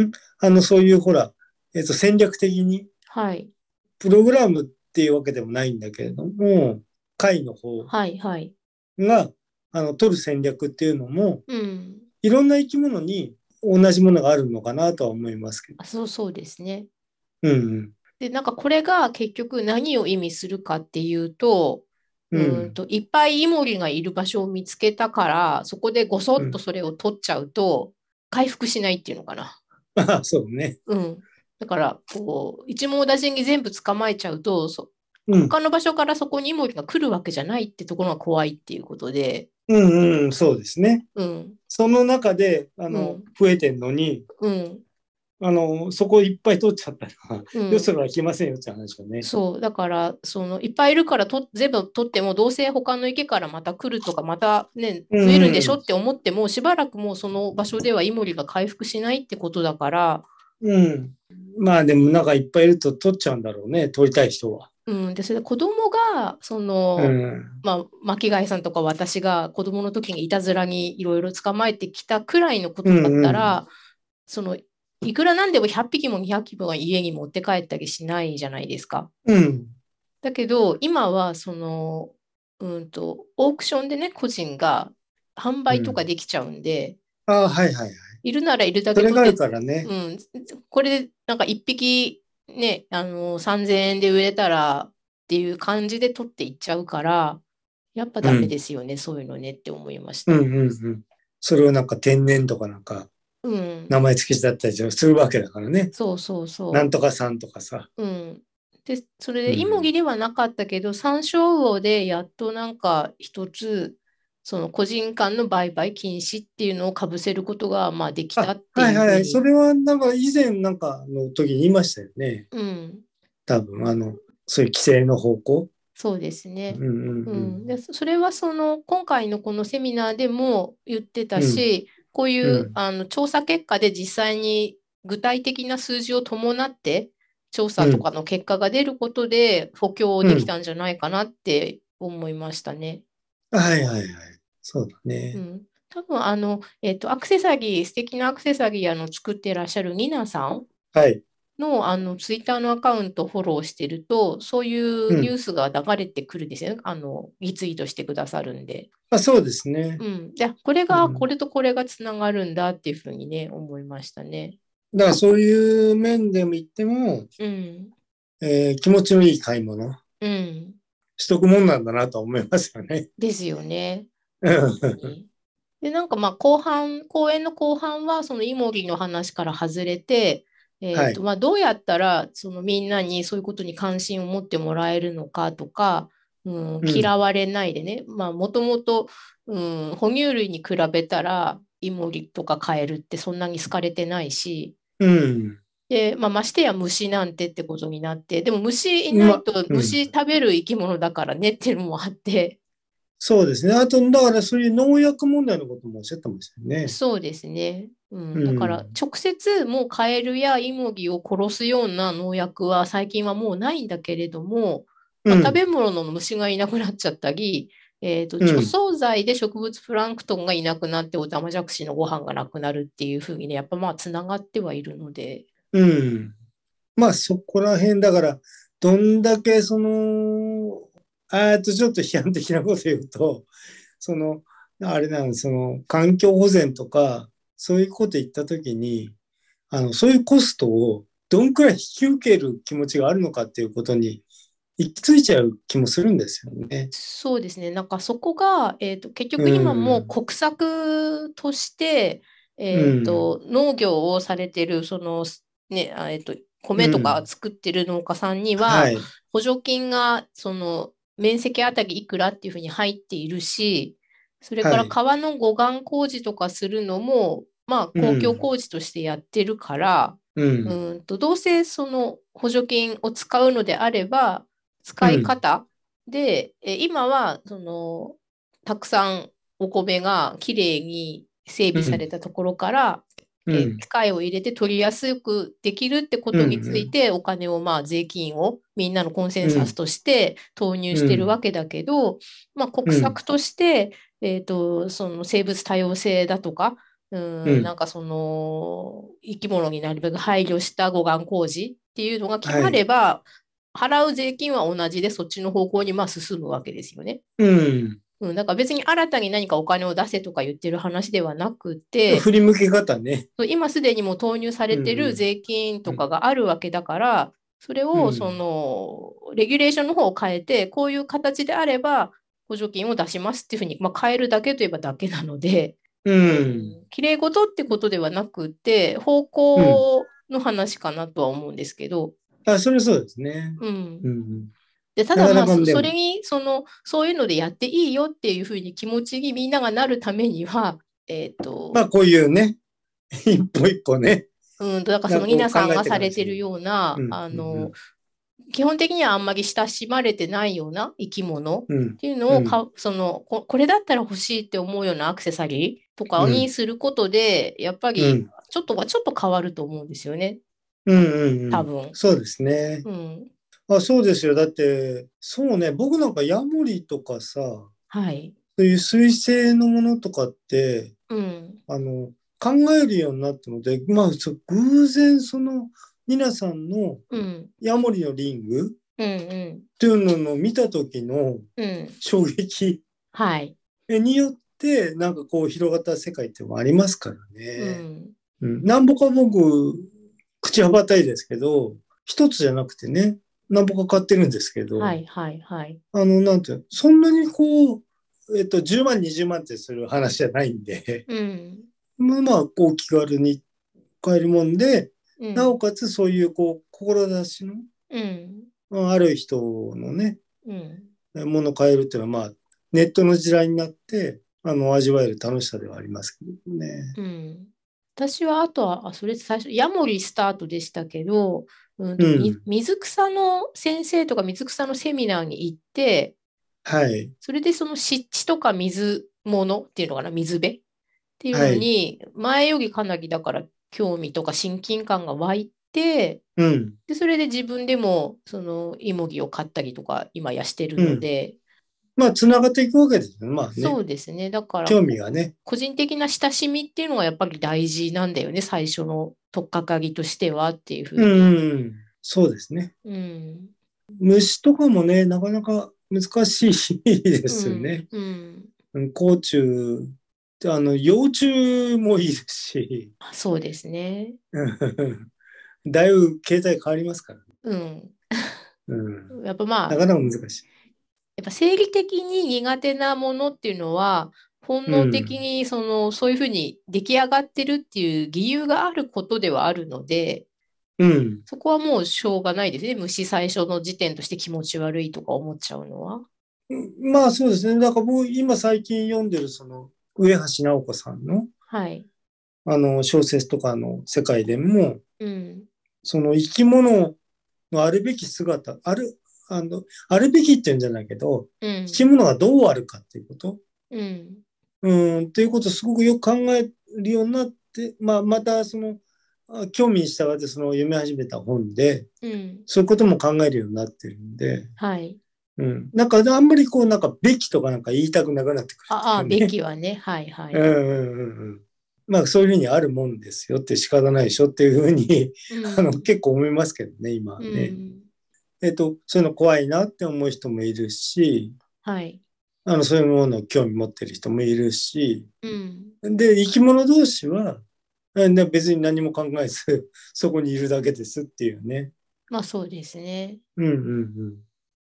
A: んあのそういうほら、えっと戦略的に
B: はい、
A: プログラムっていうわけでもないんだけれども会の方
B: はい、はい、
A: があの取る戦略っていうのも
B: うん、
A: いろんな生き物に同じものがあるのかなとは思いますけど。
B: あ、そうそうですね。
A: うん
B: で、なんかこれが結局何を意味するかっていうと、
A: うん。
B: うーんといっぱいイモリがいる場所を見つけたから、そこでごそっとそれを取っちゃうと、回復しないっていうのかな。
A: ああそうね。
B: うん。だから、こう、一網打尽に全部捕まえちゃうと、そ
A: うん。
B: 他の場所からそこにイモリが来るわけじゃないってところが怖いっていうことで、
A: うんうん、そうですね。
B: うん、
A: その中で、あ
B: う
A: の
B: ん、
A: 増えてんのに、
B: うん、
A: あの、そこいっぱい取っちゃったら、
B: うん。
A: よそから来ませんよって話だね。
B: そう、だから、そのいっぱいいるからと全部取っても、どうせ他の池からまた来るとか、またね、
A: うん
B: 増えるんでしょって思っても、しばらくもうその場所ではイモリが回復しないってことだから、
A: うん。まあでも、なんかいっぱいいると取っちゃうんだろうね、取りたい人は。
B: うん、で、それで子供が、その、
A: うん。
B: まあ、巻貝さんとか私が子供の時にいたずらにいろいろ捕まえてきたくらいのことだったら、その、いくらなんでも100匹も200匹も家に持って帰ったりしないじゃないですか。
A: うん。
B: だけど、今はその、うんと、オークションでね、個人が販売とかできちゃうんで、
A: ああ、はいはいはい。
B: いるならいるだ
A: そ
B: け
A: れがあ
B: 取
A: る
B: っ
A: からね
B: て、。うん、これでなんか1匹ね、あの、3000円で売れたらっていう感じで取っていっちゃうから、やっぱダメですよね、そういうのねって思いまし
A: う
B: た。
A: んうんうん。それをなんか天然とかなんか、
B: うん、
A: 名前付けちだったりするわけだからね。
B: そうそうそう。
A: なんとかさんとかさ。
B: うん。で、それで、
A: うん
B: イモギではなかったけど、山椒魚でやっとなんか一つ、その個人間の売買禁止っていうのをかぶせることが、まあ、できた
A: あ
B: っていう
A: はいはいはい。
B: ふう
A: そ
B: に
A: れは、なんか以前なんかの時に言いましたよね。
B: うん、
A: 多分、あの、そういう規制の方向。
B: そうですね。
A: うんうん
B: う、
A: うんん。
B: で、そそれはその、今回のこのセミナーでも言ってたし、こうい
A: う、
B: う
A: ん
B: あの、調査結果で実際に具体的な数字を伴って、調査とかの結果が出ることで補強できたんじゃないかなって思いましたね。
A: はいはいはい。そうだ
B: う
A: ね。
B: ん多分あの、えっと、アクセサリー、素敵なアクセサリーあの作ってらっしゃるニナさん
A: はい。
B: のあのツイッターのアカウントフォローしてると、そういうニュースが流れてくるんですよね。あの、リツイートしてくださるんで。
A: あ、そうですね。
B: うん。じゃあこれが、
A: うん
B: これとこれがつながるんだっていうふうにね、思いましたね。
A: だからそういう面でも言っても、
B: うん。
A: えー気持ちのいい買い物
B: うん。
A: しとくもんなんだなと思いますよね。
B: ですよね。
A: うん
B: で、なんかまあ後半、講演の後半は、そのイモリの話から外れて、えーとまあ、どうやったらそのみんなにそういうことに関心を持ってもらえるのかとか、うん、
A: ん
B: 嫌われないでね、まあもともと、うん、哺乳類に比べたらイモリとかカエルってそんなに好かれてないし、
A: うん。
B: で、まあ、ましてや虫なんてってことになって、でも虫いないと
A: うん
B: 虫食べる生き物だからねっていうのもあって、
A: そうですね。あと、だからそういう農薬問題のこともおっしゃってましたよね。
B: そうですね。うん
A: うん
B: だから直接もうカエルやイモギを殺すような農薬は最近はもうないんだけれども、まあ
A: うん
B: 食べ物の虫がいなくなっちゃったり、えーと
A: うん
B: 除草剤で植物プランクトンがいなくなってオタマジャクシのご飯がなくなるっていうふうにねやっぱまあつながってはいるので、
A: うん。まあそこら辺だから、どんだけその、あーっとちょっと批判的なこと言うと、その、あれなんその、環境保全とか、そういうこと言ったときに、あの、そういうコストをどんくらい引き受ける気持ちがあるのかっていうことに、行き着いちゃう気もするんですよね。
B: そうですね、なんかそこが、えー、と結局今もう国策として、えーと農業をされてるその、ねあえー、と米とか作ってる農家さんには、
A: はい。
B: 補助金がその面積あたりいくらっていうふうに入っているし、それか
A: は
B: ら
A: い
B: 川の護岸工事とかするのも、まあ、公共工事としてやってるから、
A: うん。
B: うーんとどうせその補助金を使うのであれば使い方で、え今はそのたくさんお米がきれいに整備されたところから、
A: う
B: え
A: ん
B: 機械を入れて取りやすくできるってことについて、お金をまあ税金をみんなのコンセンサスとして投入してるわけだけど、まあ、国策として、えー、とその生物多様性だとかうん、
A: うん
B: なんかその生き物になるべく配慮した護岸工事っていうのが決まれば、払う税金は同じでそっちの方向にまあ進むわけですよね。
A: うん。
B: うん、だから別に新たに何かお金を出せとか言ってる話ではなくて、
A: 振り向け方ね。
B: そう今すでにもう投入されて
A: うんう
B: る
A: ん
B: 税金とかがあるわけだから、それ
A: う
B: を
A: ん
B: そのレギュレーションの方を変えて、こういう形であれば補助金を出しますっていうふうに、まあ、変えるだけといえばだけなので、
A: うん。
B: きれい事ってことではなくて、方向の話かなとは思うんですけど、
A: あ、それそうですね。
B: うん、
A: うん。
B: でただ
A: なか
B: ま
A: な
B: あ
A: か
B: そ
A: でも
B: それにそのそういうのでやっていいよっていうふうに気持ちにみんながなるためにはえっ、と、
A: まあこういうね、 一歩一歩ね。
B: うんとだからその
A: なんかこう
B: 皆さん
A: 考え
B: が
A: て
B: さ
A: るん
B: れ
A: です
B: て
A: よ
B: るような、
A: うん
B: あの、
A: うんうん
B: 基本的にはあんまり親しまれてないような生き物っ
A: うん。
B: ていうのをか、そのここれだったら欲しいって思うようなアクセサリーとかにすることで、やっぱ
A: う
B: り
A: ん。
B: ちょっとはちょっと変わると思うんですよね
A: うんうん、うん。
B: 多分。
A: そうですね。
B: うん
A: あ、そうですよ。だって、そうね、僕なんかヤモリとかさ、
B: はい。
A: そういう水性のものとかって、
B: うん
A: あの、考えるようになったので、まあ、そう偶然その、ニナさんの
B: うん
A: ヤモリのリングっ
B: うんうん
A: ていうのを見た時の
B: うん
A: 衝撃
B: はい。
A: によって、なんかこう広がった世界っていうのもありますから
B: う
A: ね。
B: ん
A: うん。なんぼか僕、口羽ばたいですけど、一つじゃなくてね、なんぼか買ってるんですけど、
B: はいはいはい。
A: あの、なんていうのそんなにこう、えっと、10万、20万ってする話じゃないんで、
B: うん。
A: まあまあ、こう気軽に買えるもんで、
B: うん
A: なおかつそういうこう、志の
B: うん。
A: うんある人のね、
B: うん。
A: ものを買えるっていうのは、まあ、ネットの時代になって、あの、味わえる楽しさではありますけどね。
B: うん。私はあとは、あそれ最初、ヤモリスタートでしたけど、うんと
A: うん
B: み水草の先生とか水草のセミナーに行って、
A: はい。
B: それでその湿地とか水物っていうのかな、水辺っていうのに、前よりかなりだから興味とか親近感が湧いて、
A: うん。
B: で、それで自分でもそのイモギを買ったりとか今やしてるので、
A: まあ、つながっていくわけですよね。まあね
B: そ。うですね。だから、
A: 興味がね。
B: 個人的な親しみっていうのはやっぱり大事なんだよね、最初の取っかかりとしてはっていうふ
A: う
B: うに。
A: ん。そうですね。
B: うん。
A: 虫とかもね、なかなか難しいしですよね。
B: うん。うん
A: うん、甲虫、あの、幼虫もいいですし、
B: あそうですね。
A: うんだいぶ形態変わりますから、ね
B: うん。
A: うん。
B: やっぱまあ、
A: なかなか難しい。
B: やっぱ生理的に苦手なものっていうのは、本能的にその、そういうふうに出来上がってるっていう理由があることではあるので、
A: うん。
B: そこはもうしょうがないですね。虫最初の時点として気持ち悪いとか思っちゃうのは。
A: まあそうですね。だから僕今最近読んでるその上橋直子さんの
B: はい。
A: あの小説とかの世界でも、
B: うん。
A: その生き物のあるべき姿、ある、あの、あるべきっていうんじゃないけど、
B: うん
A: 生。き物がどうあるかっていうこと、
B: うん。
A: うん、っていうことをすごくよく考えるようになって、まあまたその、あ興味に従ってその読み始めた本で、
B: うん。
A: そういうことも考えるようになってるんで、
B: はい。
A: うん。なんか、あんまりこう、なんか、べきとかなんか言いたくなくなってくる。
B: ああ、
A: ね
B: べきはね。はいはい。
A: うんうんうんうん。まあ、そういうふうにあるもんですよって仕方ないでしょっていうふうに、
B: うん
A: あの、結構思いますけどね、今はね。
B: うん。
A: えっと、そういうの怖いなって思う人もいるし、
B: はい。
A: あの、そういうものを興味持ってる人もいるし、
B: うん。
A: で、生き物同士は、えね別に何も考えず、 そこにいるだけですっていうね。
B: まあそうですね。
A: うんうんうん。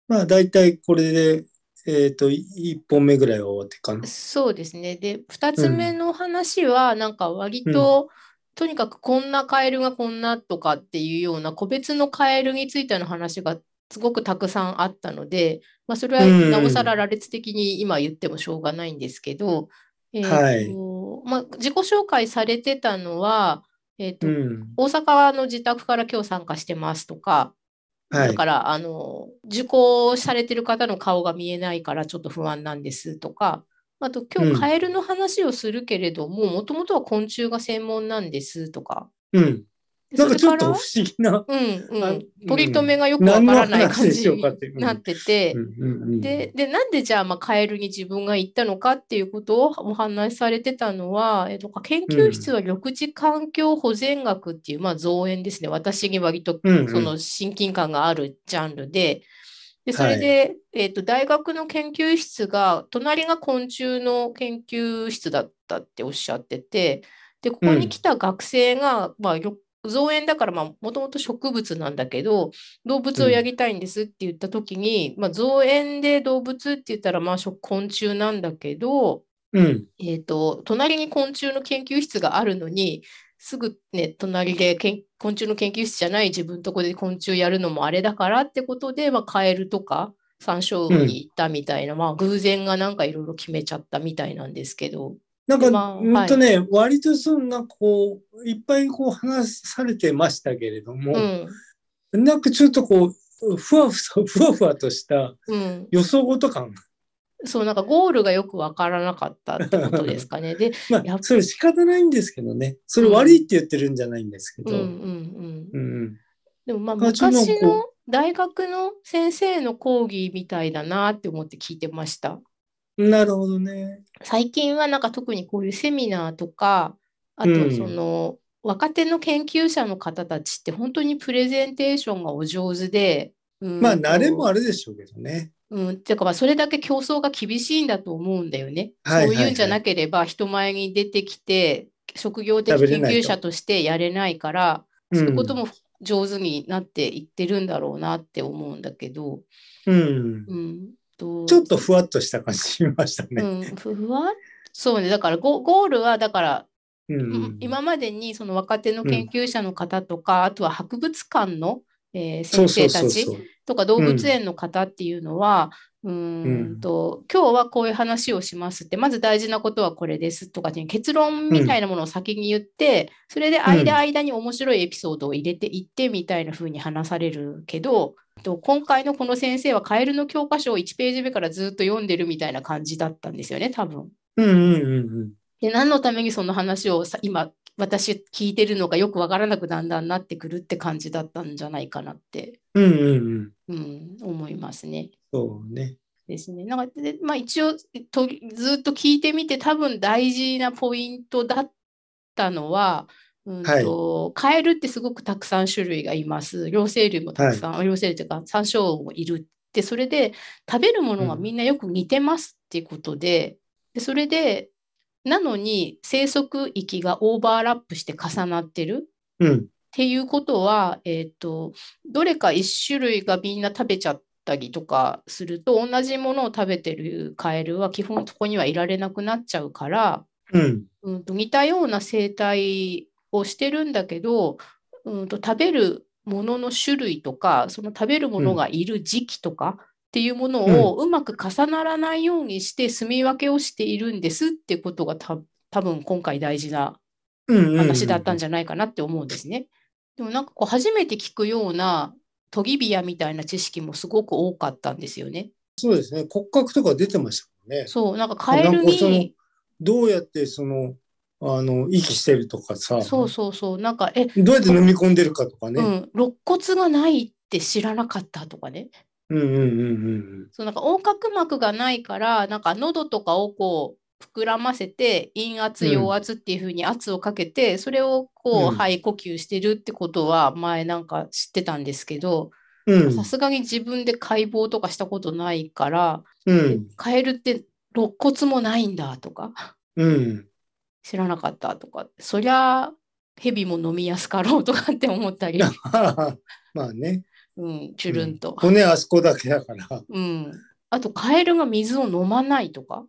A: まあ、大体これで、えっ、と、1本目ぐらいは終わってっかな。
B: そうですね。で、2つ目の話は、なんか割と、とにかくこんなカエルがこんなとかっていうような個別のカエルについての話がすごくたくさんあったので、まあ、それは
A: うん
B: なおさら羅列的に今言ってもしょうがないんですけど、えーとまあ、自己紹介されてたのは、えーと
A: うん。
B: 大阪の自宅から今日参加してますとか、
A: はい
B: だ。から、あの、受講されてる方の顔が見えないからちょっと不安なんですとか、あと今
A: うん
B: 日カエルの話をするけれども、もともとは昆虫が専門なんですとか、
A: うん。
B: で
A: なんかちょっ
B: そ
A: と不
B: れ
A: 思議な。
B: から、うん
A: あ
B: う
A: うん
B: ん、取り留めがよくわからな
A: 何
B: い
A: の話
B: 感
A: でし
B: じ
A: ょう
B: に
A: かっていううん
B: なってて、で、で、なんでじゃあ、まあ、カエルに自分が行ったのかっていうことをお話しされてたのは、えっと、研究室は緑地環境保全学っていう、まあ、造園ですね。私に割と
A: うんうん
B: その親近感があるジャンルで、で、そ
A: はい
B: れで、えっと、大学の研究室が、隣が昆虫の研究室だったっておっしゃってて、で、ここ
A: うん
B: に来た学生が、まあ、よ造園だから、まあ、もともと植物なんだけど、動物をやりたいんですって言った時に、まあ、造園で動物って言ったら、まあ、食昆虫なんだけど、
A: うん。
B: えーと、隣に昆虫の研究室があるのに、すぐね、隣でけん昆虫の研究室じゃない自分とこで昆虫やるのもあれだからってことで、まあ、カエルとか山椒魚に行ったみたいな、まあ、偶然がなんかいろいろ決めちゃったみたいなんですけど。
A: なんか、
B: まあ
A: うんとね、割とそんな、こう、いっぱいこう話されてましたけれど
B: う
A: も、
B: ん。
A: なんかちょっとこう、ふわふわ、ふわふわとした
B: うん。
A: 予想ごと感。
B: そう、なんかゴールがよくわからなかったってことですかね。 で、
A: ま
B: や
A: あ
B: っ、
A: それ仕方ないんですけどね。それ悪いって言ってるんじゃないんですけ
B: うん
A: ど。うん
B: う
A: ん
B: うん。
A: うん。
B: でもまあ
A: あちょっとなんか
B: 昔の大学の先生の講義みたいだなって思って聞いてました。
A: なるほどね。
B: 最近はなんか特にこういうセミナーとか、あと
A: うん
B: その若手の研究者の方たちって本当にプレゼンテーションがお上手で、うん
A: まあ、慣れも
B: あ
A: あるでしょうけどね。
B: うん、てかまあそれだけ競争が厳しいんだと思うんだよね。
A: はいはいはい
B: そういうんじゃなければ人前に出てきて職業的
A: 食べれ
B: 研
A: ないと
B: 究者としてやれないから、
A: う
B: そ
A: ん
B: ういうことも上手になっていってるんだろうなって思うんだけど、
A: うん。
B: うん、と
A: ちょっとふわっとした感じしました
B: う
A: ね。
B: ん、ふふわっそうね、だからゴゴールはだから、
A: うん
B: う
A: うん
B: ん、今までにその若手の研究者の方とか、あとは博物館の、えー
A: そう
B: 先
A: そうそ
B: 生た
A: う
B: ち
A: そう。
B: とか動物園の方っていうのは、うーん、と今日はこういう話をしますってまず大事なことはこれですとかっていう結論みたいなものを先に言って、それで間間に面白いエピソードを入れていってみたいな風に話されるけど、と今回のこの先生はカエルの教科書を1ページ目からずっと読んでるみたいな感じだったんですよね多分。
A: うんうんうんうん。
B: で何のためにその話をさ今私聞いてるのかよくわからなくだんだんなってくるって感じだったんじゃないかなって、
A: うんうんうん。
B: うん、思いますね。
A: そうね。
B: ですね。なんかで、まあ、一応とずっと聞いてみて多分大事なポイントだったのは、うんとカエルってすごくたくさん種類がいます。両生類もたくさん、両生類というか山椒もいるってそれで食べるものがみんなよく似てますっていうことで,、でそれでなのに生息域がオーバーラップして重なってる
A: うん。
B: っていうことは、えーと、どれか一種類がみんな食べちゃったりとかすると、同じものを食べてるカエルは基本そこにはいられなくなっちゃうから、
A: うん。
B: うん、と似たような生態をしてるんだけど、うん、と食べるものの種類とか、その食べるものがいる時期とかっていうものをうまく重ならないようにして住み分けをしているんですっていうことがた多分今回大事な
A: うんうん。
B: 話だったんじゃないかなって思うんですね。でもなんかこう初めて聞くようなトギビアみたいな知識もすごく多かったんですよね。
A: そうですね。骨格とか出てましたもんね。
B: そうなんかカエルに
A: どうやってその、あの、息してるとかさ、
B: そうそうそうなんかえ、
A: どうやって飲み込んでるかとか
B: う
A: ね。
B: ん肋骨がないって知らなかったとかね。
A: うんうんうんうん
B: そうなんか横隔膜がないからなんか喉とかをこう膨らませて陰圧
A: うん
B: 陽圧っていう風に圧をかけて、それを
A: う
B: こうん肺呼吸してるってことは前なんか知ってたんですけど
A: うん。うん
B: さすがに自分で解剖とかしたことないから。
A: うん
B: カエルって肋骨もないんだとか
A: うん。
B: 知らなかったとかそりゃヘビも飲みやすかろうとかって思ったり、
A: まあね。
B: うん、チュルンと、
A: 骨あそこだけだから。
B: うん、あとカエルが水を飲まないとか、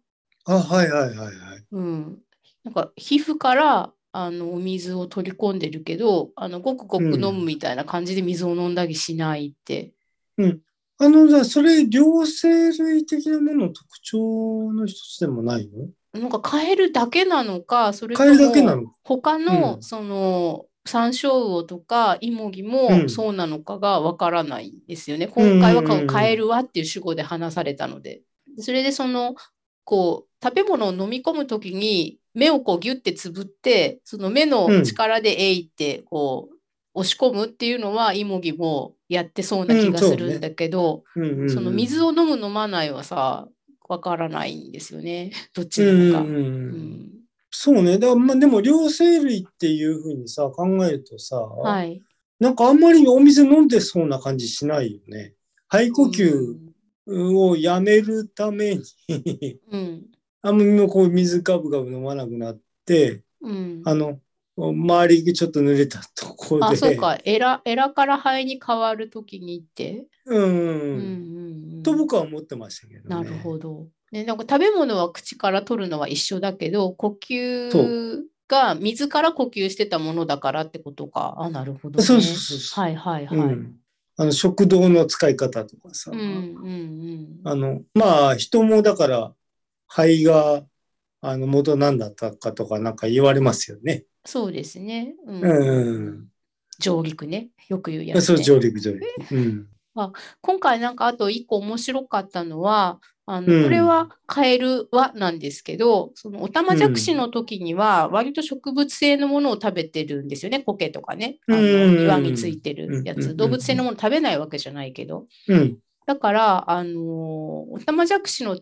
A: あ、はいはいはいはい。
B: うん、なんか皮膚からあのお水を取り込んでるけどあのごくごく飲むみたいな感じで水を飲んだりしないって、
A: あの、じゃあそれ、両生類的なものの特徴の一つでもないの
B: なんかカエルだけなのかそれと
A: カエルだけ
B: も
A: なの
B: 他の、
A: うん
B: その山椒魚とかイモギ
A: う
B: も
A: ん
B: そうなのかがわからないんですよね。今回
A: う
B: は
A: んうんうん
B: カエルはっていう主語で話されたので。それでそのこう食べ物を飲み込むときに目をこうギュッてつぶってその目の力でえいってこう押し込むっていうのはイモギもやってそうな気がするんだけど、
A: うんうんうん
B: その水を飲む飲まないはさわからないんですよね。 どっち
A: う
B: なんの
A: うん
B: か。
A: うん
B: う
A: うん
B: ん
A: そうね。だからまあでも、両生類っていうふうにさ、考えるとさ、
B: はい。
A: なんかあんまりお水飲んでそうな感じしないよね。肺呼吸をやめるために、
B: うん。
A: あんまりもうこう水ガブガブ飲まなくなって、
B: うん。
A: あの、周りがちょっと濡れたところで。
B: あ、そうか。エラ、エラから肺に変わるときにって。
A: うん
B: う
A: うん。
B: うんん
A: と僕は思ってましたけどね。
B: なるほど。ね、なんか食べ物は口から取るのは一緒だけど、呼
A: そ
B: 吸が水から呼吸してたものだからってことか。あ、なるほど、ね。
A: そうそうそうそう。
B: はいはいはい。う
A: うんんあの食堂の使い方とかさ、
B: うんうん。
A: あのまあ人もだから肺があの元何だったかとかなんか言われますよね。
B: そうですね。う
A: うん。
B: 上陸ね。よく言うや
A: そう
B: つ、ね。
A: 上陸上陸。うん。
B: 今回なんかあと一個面白かったのは、あ
A: う
B: の
A: ん
B: これはカエルはなんですけど、そのオタマジャクシの時には割と植物性のものを食べてるんですよね、苔とかね、あの
A: うん
B: 岩についてるや
A: うんうんう
B: つ。
A: ん
B: 動物性のもの食べないわけじゃないけど。
A: うん。
B: だから、あのーオタマジャクシの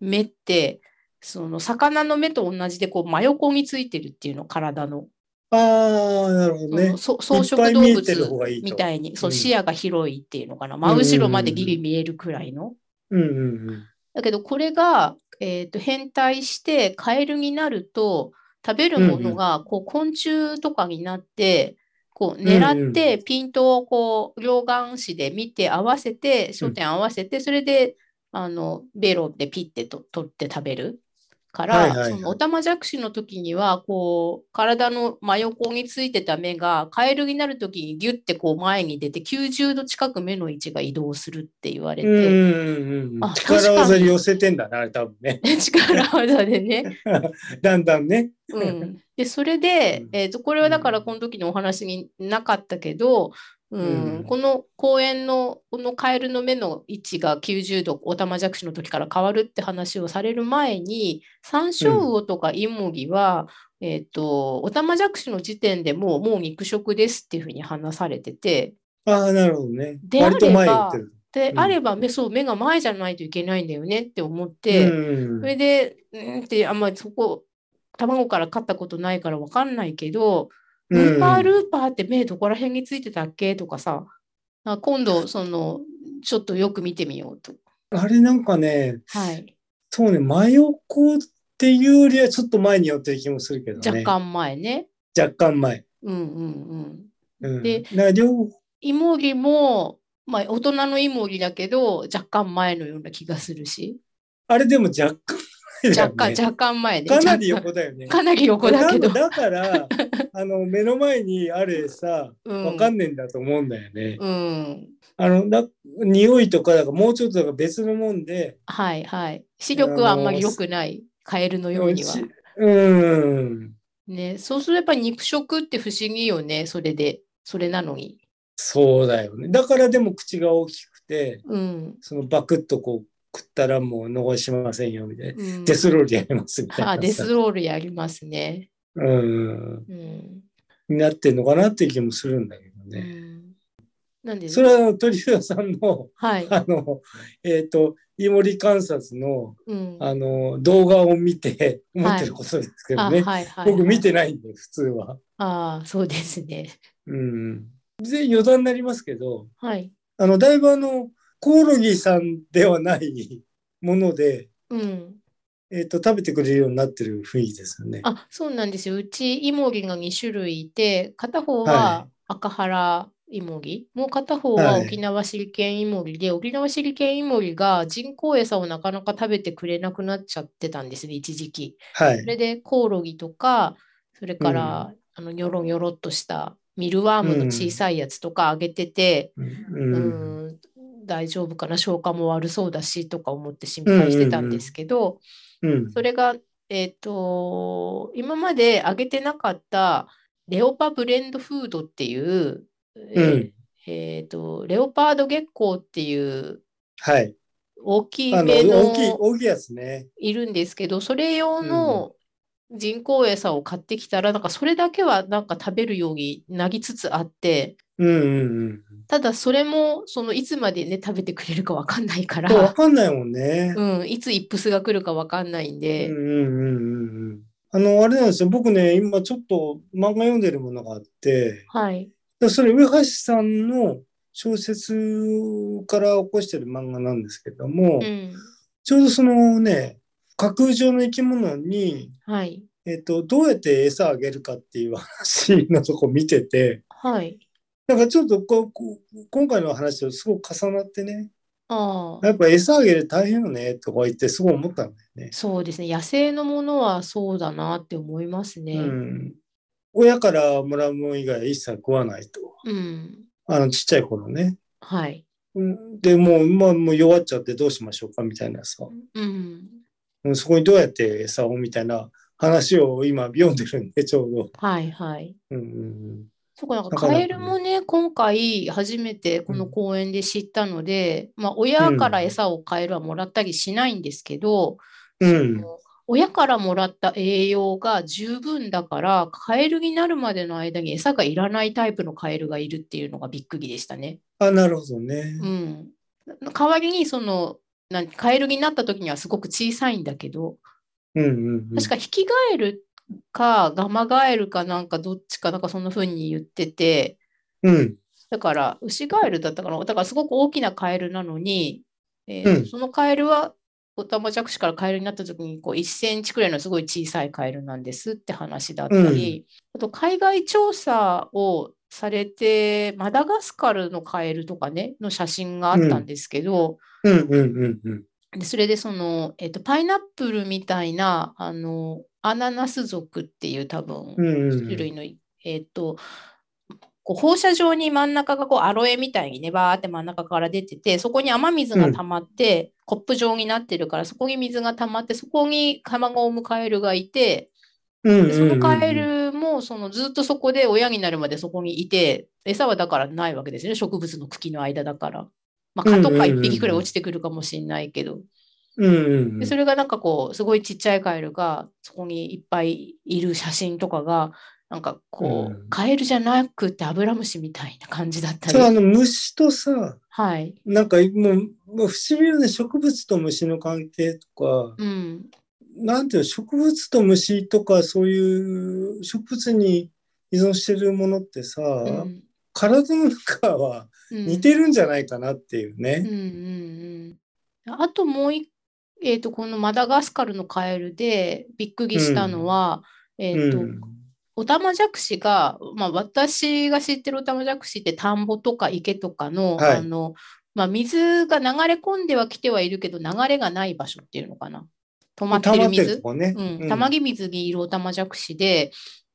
B: 目って、その魚の目と同じでこう真横についてるっていうの、体の。
A: ああ、なるほどね。
B: そのそ草
A: いっぱ
B: 食動
A: い見え
B: 物
A: てる方がいいと
B: みたいに、そ
A: う
B: う
A: ん
B: 視野が広いっていうのかな、真後ろまでギリ見えるくらいの。
A: うんうんうん。
B: だけどこれが、えーと変態してカエルになると食べるものがこう昆虫とかになってこう狙ってピントをこう両眼視で見て合わせて焦点合わせてそれであのベロでピッてと取って食べるか
A: はいはいは
B: ら
A: い
B: そのオタマジャクシの時にはこう体の真横についてた目がカエルになる時にギュッてこう前に出て90度近く目の位置が移動するって言われ
A: う
B: て。
A: んうんうん、
B: あ
A: 力
B: 確か
A: 技
B: に
A: 寄せてんだな、あれ多分ね。
B: 力技でね。
A: だんだんね。
B: うん、でそれで、
A: うん
B: えー、とこれはだからこの時のお話になかったけど、うん
A: うん
B: この公園のこのカエルの目の位置が90度オタマジャクシの時から変わるって話をされる前に山椒魚とかイモギは、えー、とオタマジャクシの時点でもうもう肉食ですっていうふうに話されてて
A: ああ、なるほどね。
B: であれ
A: 割
B: ば
A: と前言ってる。
B: で、
A: うん
B: あれば目そう目が前じゃないといけないんだよねって思っ
A: う
B: て、
A: ん
B: それで、うんって、あんまりそこ、卵から買ったことないからわかんないけど、
A: う
B: ルー
A: ん
B: パールーパーって目どこら辺についてたっけとかさ、あ今度、その、ちょっとよく見てみようと。
A: あれなんかね、
B: はい。
A: そうね、真横っていうよりはちょっと前に寄ってる気もするけど
B: 若
A: ね。
B: 干前ね。
A: 若干前。
B: うんうんうん。
A: うん、
B: で
A: だから両方
B: イモリも、まあ、大人のイモリだけど、若干前のような気がするし、
A: あれでも若干前だよ
B: 若
A: ね
B: 干、若干前で。
A: かなり
B: 若
A: 横だよね
B: 干。かなり横だけど。
A: だ から、あの、目の前にあれさ、
B: うん
A: わかんねえんだと思うんだよね。
B: うん。
A: あの、だ匂いとか、だからもうちょっとだから別のもんで、
B: はいはい。視力はあんまり良くない。カエルのようには。
A: うん、
B: ね、そうすれば肉食って不思議よね、それで。それなのに。
A: そうだよね。だからでも口が大きくて、
B: うん。
A: そのバクッとこう食ったらもう逃しませんよみたいな。
B: うん
A: デスロールやりますみたいなさ。
B: あ、デスロールやりますね。
A: うん。
B: うん。
A: になってんのかなっていう気もするんだけど
B: う
A: ね。
B: ん、なんで
A: それは鳥肌さんの、
B: はい。
A: あの、えっ、と、イモリ観察の、
B: うん。
A: あの、動画を見て思ってることですけど
B: あ
A: ね。
B: はいはい。
A: 僕見てないんで、普通は。
B: ああ、そうですね。
A: うん。で、余談になりますけど、
B: はい。
A: あの、だいぶあの、コオロギさんではないもので、
B: うん。
A: えっ、と、食べてくれるようになってる雰囲気ですよね。
B: あ、そうなんですよ。うちイモリが2種類いて、片方
A: は
B: は赤原イモリ、もう片方
A: は
B: はい沖縄シリケンイモリで、沖縄シリケンイモリが人工餌をなかなか食べてくれなくなっちゃってたんですね、一時期。
A: は
B: そ
A: い。
B: れでコオロギとか、それからあのニョロニョロっとしたミルワームの小さいやつとかあげてて、
A: うん
B: うーん大丈夫かな、消化も悪そうだしとか思って心配してたんですけど、
A: うん。
B: それが、えっと、今まであげてなかったレオパブレンドフードっていう、え
A: うん
B: えっと、レオパード月光っていう
A: はい。
B: 大き
A: あの、
B: い目
A: 大きい、
B: の
A: 大きいやつね。
B: いるんですけど、それ用の人工餌を買ってきたら、なんかそれだけはなんか食べるようになりつつあって、
A: うんうんうん。
B: ただそれもそのいつまでね、食べてくれるかわかんないか
A: そうわ
B: ら、
A: かんないもんね。
B: うん、いつイップスが来るかわかんないん
A: う
B: で
A: ん、うんうんうんうん。あの、あれなんですよ。僕ね、今ちょっと漫画読んでるものがあって、
B: はい。
A: でそれ、上橋さんの小説から起こしてる漫画なんですけども、
B: うん、
A: ちょうどそのね、架空上の生き物に、
B: はい。
A: えっと、どうやって餌あげるかっていう話のとこ見てて、
B: はい。
A: なんかちょっとこうこう今回の話とすごく重なってね、
B: ああ。
A: やっぱ餌あげる大変よねとか言ってすごい思ったんだよね。
B: そうですね。野生のものはそうだなって思います
A: う
B: ね。
A: ん、親からもらうもん以外一切食わないと。
B: うん。
A: あのちっちゃい頃ね。
B: はい。
A: うんでもう、まあ、もう弱っちゃってどうしましょうかみたいなさ、
B: うん。
A: うんそこにどうやって餌をみたいな話を今読んでるんで、ちょうど。
B: はいはい。
A: うんうん
B: そうか、なんか
A: なかなか
B: カ
A: ね
B: エルもね、今回初めてこの公園で知ったので、まあ、親から餌をカエルはもらったりしないんですけど、
A: うん
B: その親からもらった栄養が十分だから、カエルになるまでの間に餌がいらないタイプのカエルがいるっていうのがびっくりでしたね。
A: あ、なるほどね。
B: うん、代わりにそのなんカエルになった時にはすごく小さいんだけど
A: うんうんうん
B: 確かヒキガエルかガマガエルかなんかどっちかなんかそんな風に言ってて
A: うん
B: だからウシガエルだったかなだからすごく大きなカエルなのに、えー
A: うん
B: そのカエルはオタマジャクシからカエルになった時にこう1センチくらいのすごい小さいカエルなんですって話だったり、あと海外調査をされてマダガスカルのカエルとかねの写真があったんですけど、
A: うんうんうんうん
B: でそれでその、えっと、パイナップルみたいなあのアナナス属っていう多分
A: うんうんうん
B: 種類の、えっとこう放射状に真ん中がこうアロエみたいにねバーって真ん中から出ててそこに雨水が溜まって、コップ状になってるからそこに水が溜まってそこに卵を産むカエルがいて
A: うんうん
B: でそのカエルもそのずっとそこで親になるまでそこにいて餌はだからないわけですよね植物の茎の間だから。まあ、蚊とか1匹くらい落ちてくるかもしれないけど、
A: うんうんうん
B: でそれがなんかこうすごいちっちゃいカエルがそこにいっぱいいる写真とかがなんかこう、
A: うん
B: カエルじゃなくてアブラムシみたいな感じだった
A: それあ
B: り。
A: の虫とさ、
B: はい。
A: なんかもうもう不思議よね、植物と虫の関係とか、
B: うん。
A: なんていうの、植物と虫とかそういう植物に依存してるものってさ、
B: うん
A: 体の中は
B: うん
A: 似てるんじゃないかなっていう
B: うん
A: ね。
B: うんうん、あともう一、えーと、このマダガスカルのカエルでびっくりしたのは、え
A: う
B: ーと、
A: ん
B: オタマジャクシが、まあ、私が知ってるオタマジャクシって田んぼとか池とかの、
A: はい
B: あの、まあ、水が流れ込んではきてはいるけど、流れがない場所っていうのかな。止まって
A: 溜ま
B: る
A: ってる
B: 水
A: と。こね。
B: うん、たまぎ水にいるオタマジャクシで、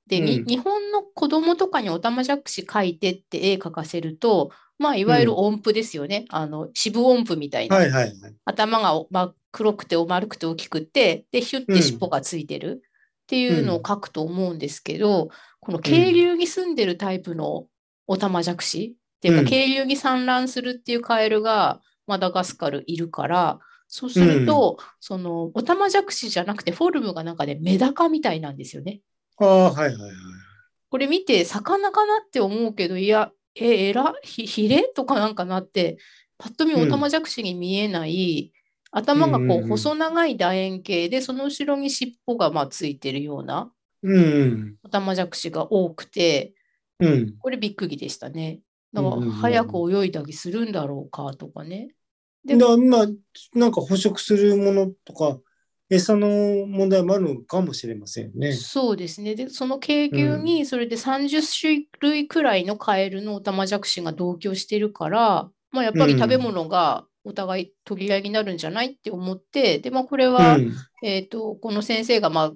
B: で、に
A: うん
B: 日本の子供とかにオタマジャクシ描いてって絵描かせると、まあ、いわゆる音符ですよね。あの、四分音符みたいな。
A: はいはいはい。
B: 頭がおまあ黒くてお丸くて大きくて、で、ヒュッ
A: うん
B: て尻尾がついてるっていうのを書くと思うんですけど、この渓流に住んでるタイプのオタマジャクシっていう
A: うん
B: か、渓流に産卵するっていうカエルがマダガスカルいるから、そうすると、そのオタマジャクシじゃなくてフォルムがなんかね、メダカみたいなんですよね。
A: ああ、はいはいはい。
B: これ見て、魚かなって思うけど、いや、え、えら、ひ、ひれとかなんかなって、パッと見
A: うん
B: オタマジャクシに見えない、頭が
A: うんう
B: こ
A: んう
B: うん細長い楕円形で、その後ろに尻尾がまあついてるような
A: うん。
B: オタマジャクシが多くて、
A: うん。
B: これびっくりでしたね。だから
A: うんうんうん
B: 早く泳いだりするんだろうかとかね。
A: で、
B: で
A: まあ、なんか捕食するものとか、餌の問題もあるのかもしれませんね。
B: そうですね。で、その渓流に、それで30種類くらいのカエルのオタマジャクシが同居してるから、まあ、やっぱり食べ物がお互い取り合いになるんじゃないって思って、で、まあ、これは、
A: うん
B: えっと、この先生が、まあ、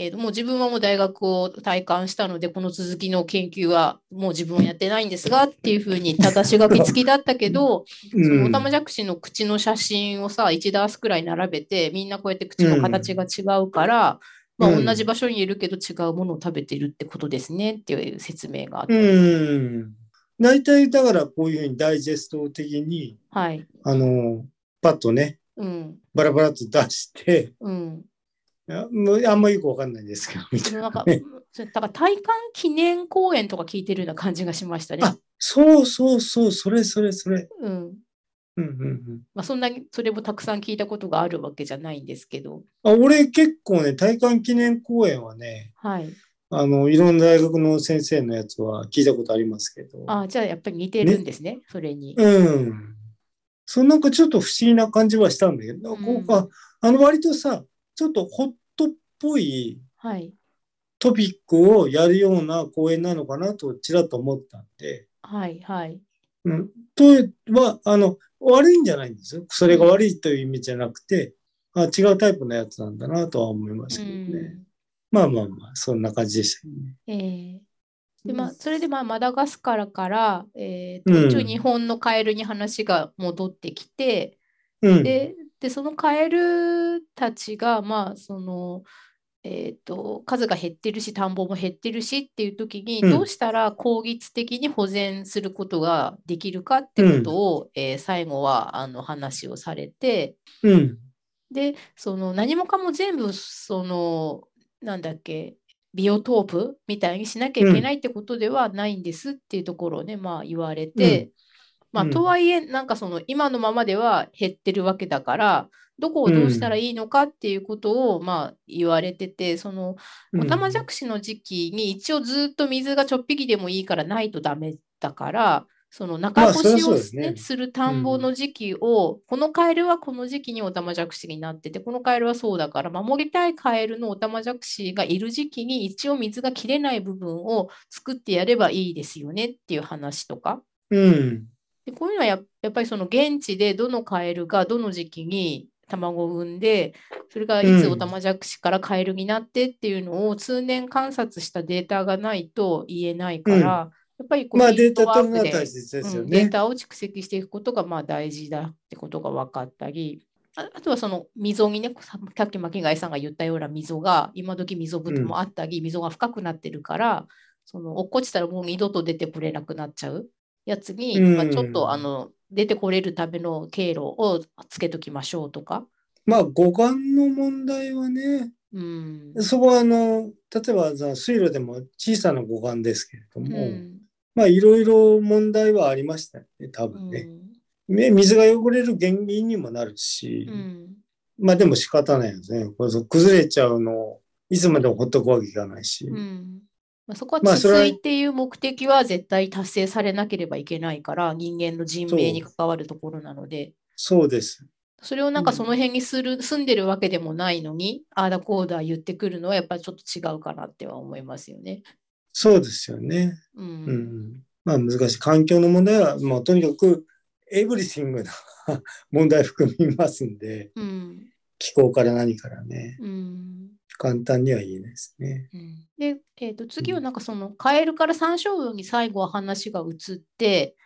B: えーと、もう自分はもう大学を退官したので、この続きの研究はもう自分はやってないんですがっていうふうに正し書き付きだったけど、そのオタマジャクシの口の写真をさ、1ダースくらい並べて、みんなこうやって口の形が違うから、
A: うん
B: まあ、
A: うん
B: 同じ場所にいるけど違うものを食べてるってことですねっていう説明があって、
A: うん。大体だからこういうふうにダイジェスト的に、
B: はい。
A: あの、パッとね、
B: うん。
A: バラバラと出して、
B: うん。
A: いやもうあんまよくわかんないですけど、みたい
B: なん
A: な
B: か
A: ね。、
B: そうだから体感記念公演とか聞いてるような感じがしましたね。
A: あ、そうそうそう、それそれそれ。
B: うん。
A: うんうんうん。
B: まあ、そんなに、それもたくさん聞いたことがあるわけじゃないんですけど、
A: あ俺結構ね、体感記念公演はね、
B: はい。
A: あの、いろんな大学の先生のやつは聞いたことありますけど。
B: あじゃあやっぱり似てるんですね、それに。
A: うん。そうなんかちょっと不思議な感じはしたんだけど、こう
B: うん
A: ああの割とさ、ちょっとホットっぽい
B: はい。
A: トピックをやるような講演なのかなとちらっと思ったんで、
B: はい。はい。
A: うん。とは、あの、悪いんじゃないんですよ。それが悪いという意味じゃなくて、あ違うタイプのやつなんだなとは思いましたけどね。
B: うん
A: まあまあまあ、そんな感じでしたね。
B: ええでまあ、それで、まあ、マダガスカルから、えー
A: うん
B: と一応日本のカエルに話が戻ってきて、
A: うん。
B: ででそのカエルたちが、まあそのえー、と数が減ってるし田んぼも減ってるしっていう時に
A: うん
B: どうしたら効率的に保全することができるかってことを、えー最後はあの話をされて、
A: うん。
B: で、その何もかも全部、その、なんだっけ、ビオトープみたいにしなきゃいけないってことではないんですっていうところをね、まあ言われて、まあ
A: うん
B: とはいえ、なんかその今のままでは減ってるわけだから、どこをどうしたらいいのかっていうことをまあ言われてて、そのオタマジャクシの時期に一応ずっと水がちょっぴきでもいいからないとダメだから、その中
A: まあ
B: 干
A: そりゃ
B: し
A: そう
B: を
A: ですね
B: す,、る田んぼの時期を、このカエルはこの時期にオタマジャクシになってて、このカエルはそうだから、守りたいカエルのオタマジャクシがいる時期に一応水が切れない部分を作ってやればいいですよねっていう話とか。
A: うん。
B: でこういうのはややっぱりその現地でどのカエルがどの時期に卵を産んでそれがいつ
A: うん
B: オタマジャクシからカエルになってっていうのを通年観察したデータがないと言えないから、
A: うん
B: やっぱりこう
A: まあ
B: ヒ
A: デ
B: ー
A: ー
B: ト
A: タ
B: ワ
A: 取
B: ー
A: るの
B: ク
A: は
B: で
A: 大切ですよ
B: うんデー
A: ね。
B: タを蓄積していくことがまあ大事だってことが分かったりああとはその溝にねささっき巻貝さんが言ったような溝が今時溝太もあったり、溝が深くなってるからその落っこちたらもう二度と出てこれなくなっちゃうやつに、
A: うん
B: まあ、ちょっとあの出てこれるための経路をつけときましょうとか。
A: まあ、護岸の問題はね、
B: うん。
A: そこはあの例えばさ水路でも小さな護岸ですけれど
B: う
A: も、
B: ん
A: まあいろいろ問題はありましたよね多
B: う
A: 分
B: ん
A: ね、ね水が汚れる原因にもなるし、
B: うん
A: まあでも仕方ないですねこれそう崩れちゃうのをいつまでもほっとくわけいかないし、
B: うんまあ、そこは
A: まあ
B: 治
A: それは
B: 水っていう目的は絶対達成されなければいけないから、人間の人命に関わるところなので、
A: そうです
B: それをなん
A: う
B: か
A: ん
B: その辺にする、住んでるわけでもないのに、ああだこうだ言ってくるのはやっぱりちょっと違うかなっては思いますよね。
A: そうですよね
B: う。
A: うんんまあ難しい環境の問題は、まあ、とにかくエブリシングな 問題含みますんで
B: うん。
A: 気候から何からね
B: うん。
A: 簡単には言えないですね。
B: うんで、えー、と次は
A: うん
B: なんかそのカエルからサンショウウオに最後は話が移って、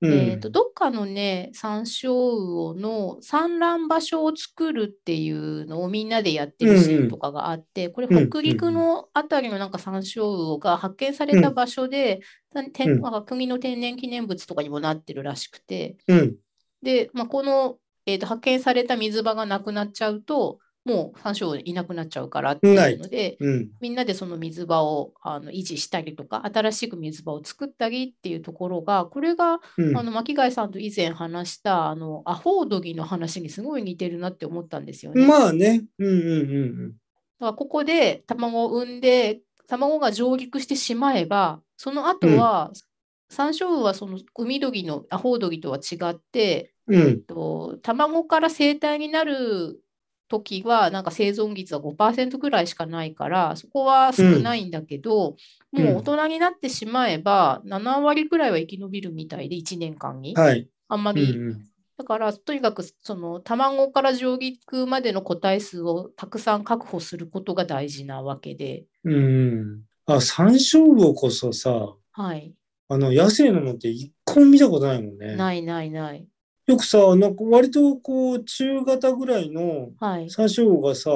A: うん
B: えー、とどっかのねサンショウウオの産卵場所を作るっていうのをみんなでやってる
A: う
B: シ
A: ん
B: ー
A: うん
B: ンとかがあって、これ
A: うんうん
B: 北陸のあたりのなんかサンショウウオが発見された場所で、て
A: うん
B: なんか国の天然記念物とかにもなってるらしくて
A: うん
B: で、まあ、この、えー、と発見された水場がなくなっちゃうともうサンショウウオいなくなっちゃうからっていうので。
A: うん
B: みんなでその水場をあの維持したりとか、新しく水場を作ったりっていうところが、これが、
A: うん
B: あの巻貝さんと以前話したあのアホウドギの話にすごい似てるなって思ったんですよね。だか
A: まあね。うんうんうん
B: らここで卵を産んで、卵が上陸してしまえば、その後は、サンショウウオはその海鳥のアホウドギとは違って、
A: うん。うん。
B: と卵から生体になる時はなんか生存率は5%ぐらいしかないからそこは少ないんだけど、
A: うん
B: もう大人になってしまえば7割ぐらいは生き延びるみたいで1年間に、
A: はい。
B: あんま
A: うん
B: り、
A: うん。
B: だからとにかくその卵から上陸までの個体数をたくさん確保することが大事なわけで
A: うんうん。あ、山椒魚こそさ、
B: はい
A: あの、野生のものって一個も見たことないもんね。
B: ないないない
A: よくさ、なんか割とこう、中型ぐらいの
B: はい
A: 山椒魚がさ、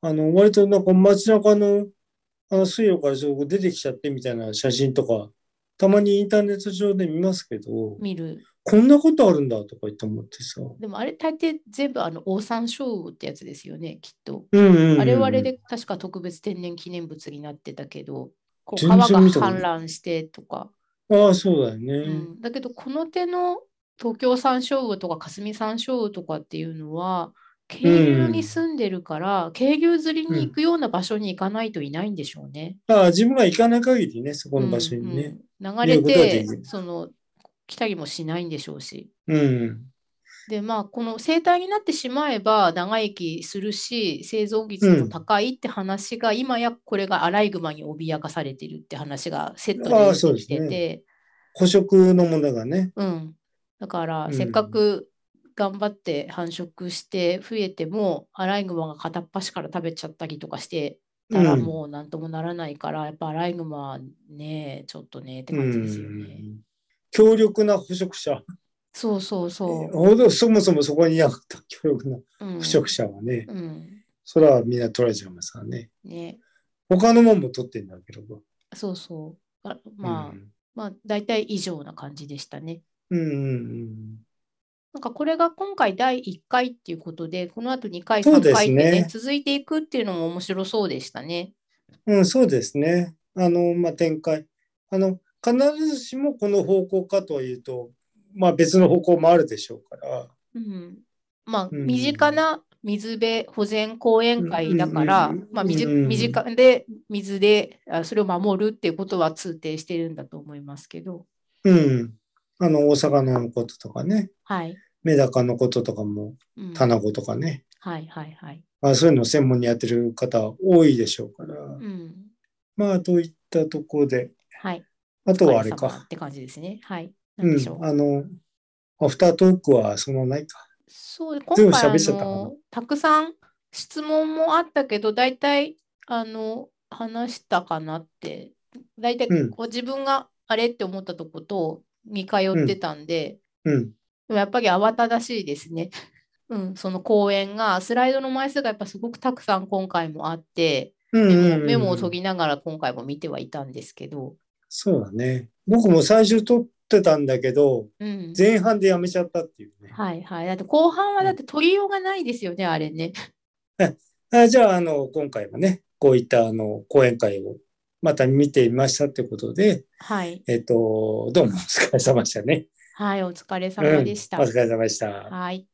A: あの、割となんか街中の、あの水路からちょっと出てきちゃってみたいな写真とか、たまにインターネット上で見ますけど、
B: 見る
A: こんなことあるんだとか言って思ってさ。
B: でもあれ大抵全部あのオオサンショウウオってやつですよねきっと。
A: うんうんうん、うん。
B: あれはあれで確か特別天然記念物になってたけど、こう
A: 全然
B: 川が
A: 見たことな
B: 氾
A: い
B: 濫してとか、
A: ああ、そうだよね。
B: うんだけどこの手の東京山椒魚とか霞山椒魚とかっていうのは、渓流に住んでるから、渓流釣りに行くような場所に行かないといないんでしょうね。
A: ああ、自分が行かない限りね、そこの場所にね。
B: うんうん流れ
A: 見ることはで
B: て
A: きる
B: その来たりもしないんでしょうし。
A: うん。
B: でまあこの生体になってしまえば長生きするし生存率も高いって話が、今やこれがアライグマに脅かされてるって話がセット
A: ああ
B: で
A: そう
B: 出
A: で
B: て
A: すね
B: きてて
A: 捕食の問題がね。
B: うん、だから
A: うん
B: せっかく頑張って繁殖して増えても、アライグマが片っ端から食べちゃったりとかしてたら
A: うん
B: もう何ともならないから、やっぱアライグマはねちょっとねって感じですよね。
A: うん強力な捕食者。
B: そうそうそ
A: ほどそもそもそこにいなかった強力な
B: う。うん
A: 捕食者はね、
B: うん
A: それはみんな取られちゃいますからね。
B: ね、
A: 他のもんも取ってんだけど。
B: そうそう。あまあ、
A: うん
B: まあ、大体以上な感じでしたね。
A: うんうん
B: なんかこれが今回第1回っていうことで、この後2回、
A: そう
B: 3
A: です
B: 回って
A: ね
B: ね、続いていくっていうのも面白そうでしたね。
A: うん。うん、そうですね。あの、まあ、展開。あの、必ずしもこの方向かというと、まあ別の方向もあるでしょうから。
B: うん、まあ、
A: うん
B: 身近な水辺保全講演会だから、
A: うんうんうん
B: まあ、身近
A: うん
B: 身近で水であそれを守るっていうことは通底してるんだと思いますけど、
A: うん。あの、お魚のこととかね、
B: はい。
A: メダカのこととかも、
B: うん、
A: タ
B: はい
A: ナゴとかね。
B: はいはい。
A: まあ、そういうのを専門にやってる方多いでしょうから、
B: うん、
A: まあといったところで、
B: はい。
A: あとはあれ
B: お疲様
A: か
B: っ、て感じですね。はい。なん
A: う
B: でしょう。
A: ん、あの、アフタートークはそのないか。
B: そう、
A: 全
B: 今
A: 部
B: 回
A: 喋っ
B: あ
A: ちゃったかな
B: のたくさん質問もあったけど、大体あの話したかなって、大体
A: うん
B: こう自分があれって思ったとこと見通ってたんで、
A: うん、
B: でもやっぱり慌ただしいですね。うん、その講演がスライドの枚数がやっぱすごくたくさん今回もあって、
A: うんう
B: メ
A: ん
B: モ
A: うん
B: メモを研ぎながら今回も見てはいたんですけど、
A: そうだね。僕も最初撮ってたんだけど、
B: うん、
A: 前半でやめちゃったっていうね。
B: はいはい。だって後半はだって取りようがないですよね、あれね。
A: あじゃあ、あの、今回はね、こういったあの講演会をまた見てみましたってことで、
B: はい。
A: えっ、と、どうもお疲れ様でしたね。
B: はい、お疲れ様でした。
A: うんお疲れ様でした。
B: はい。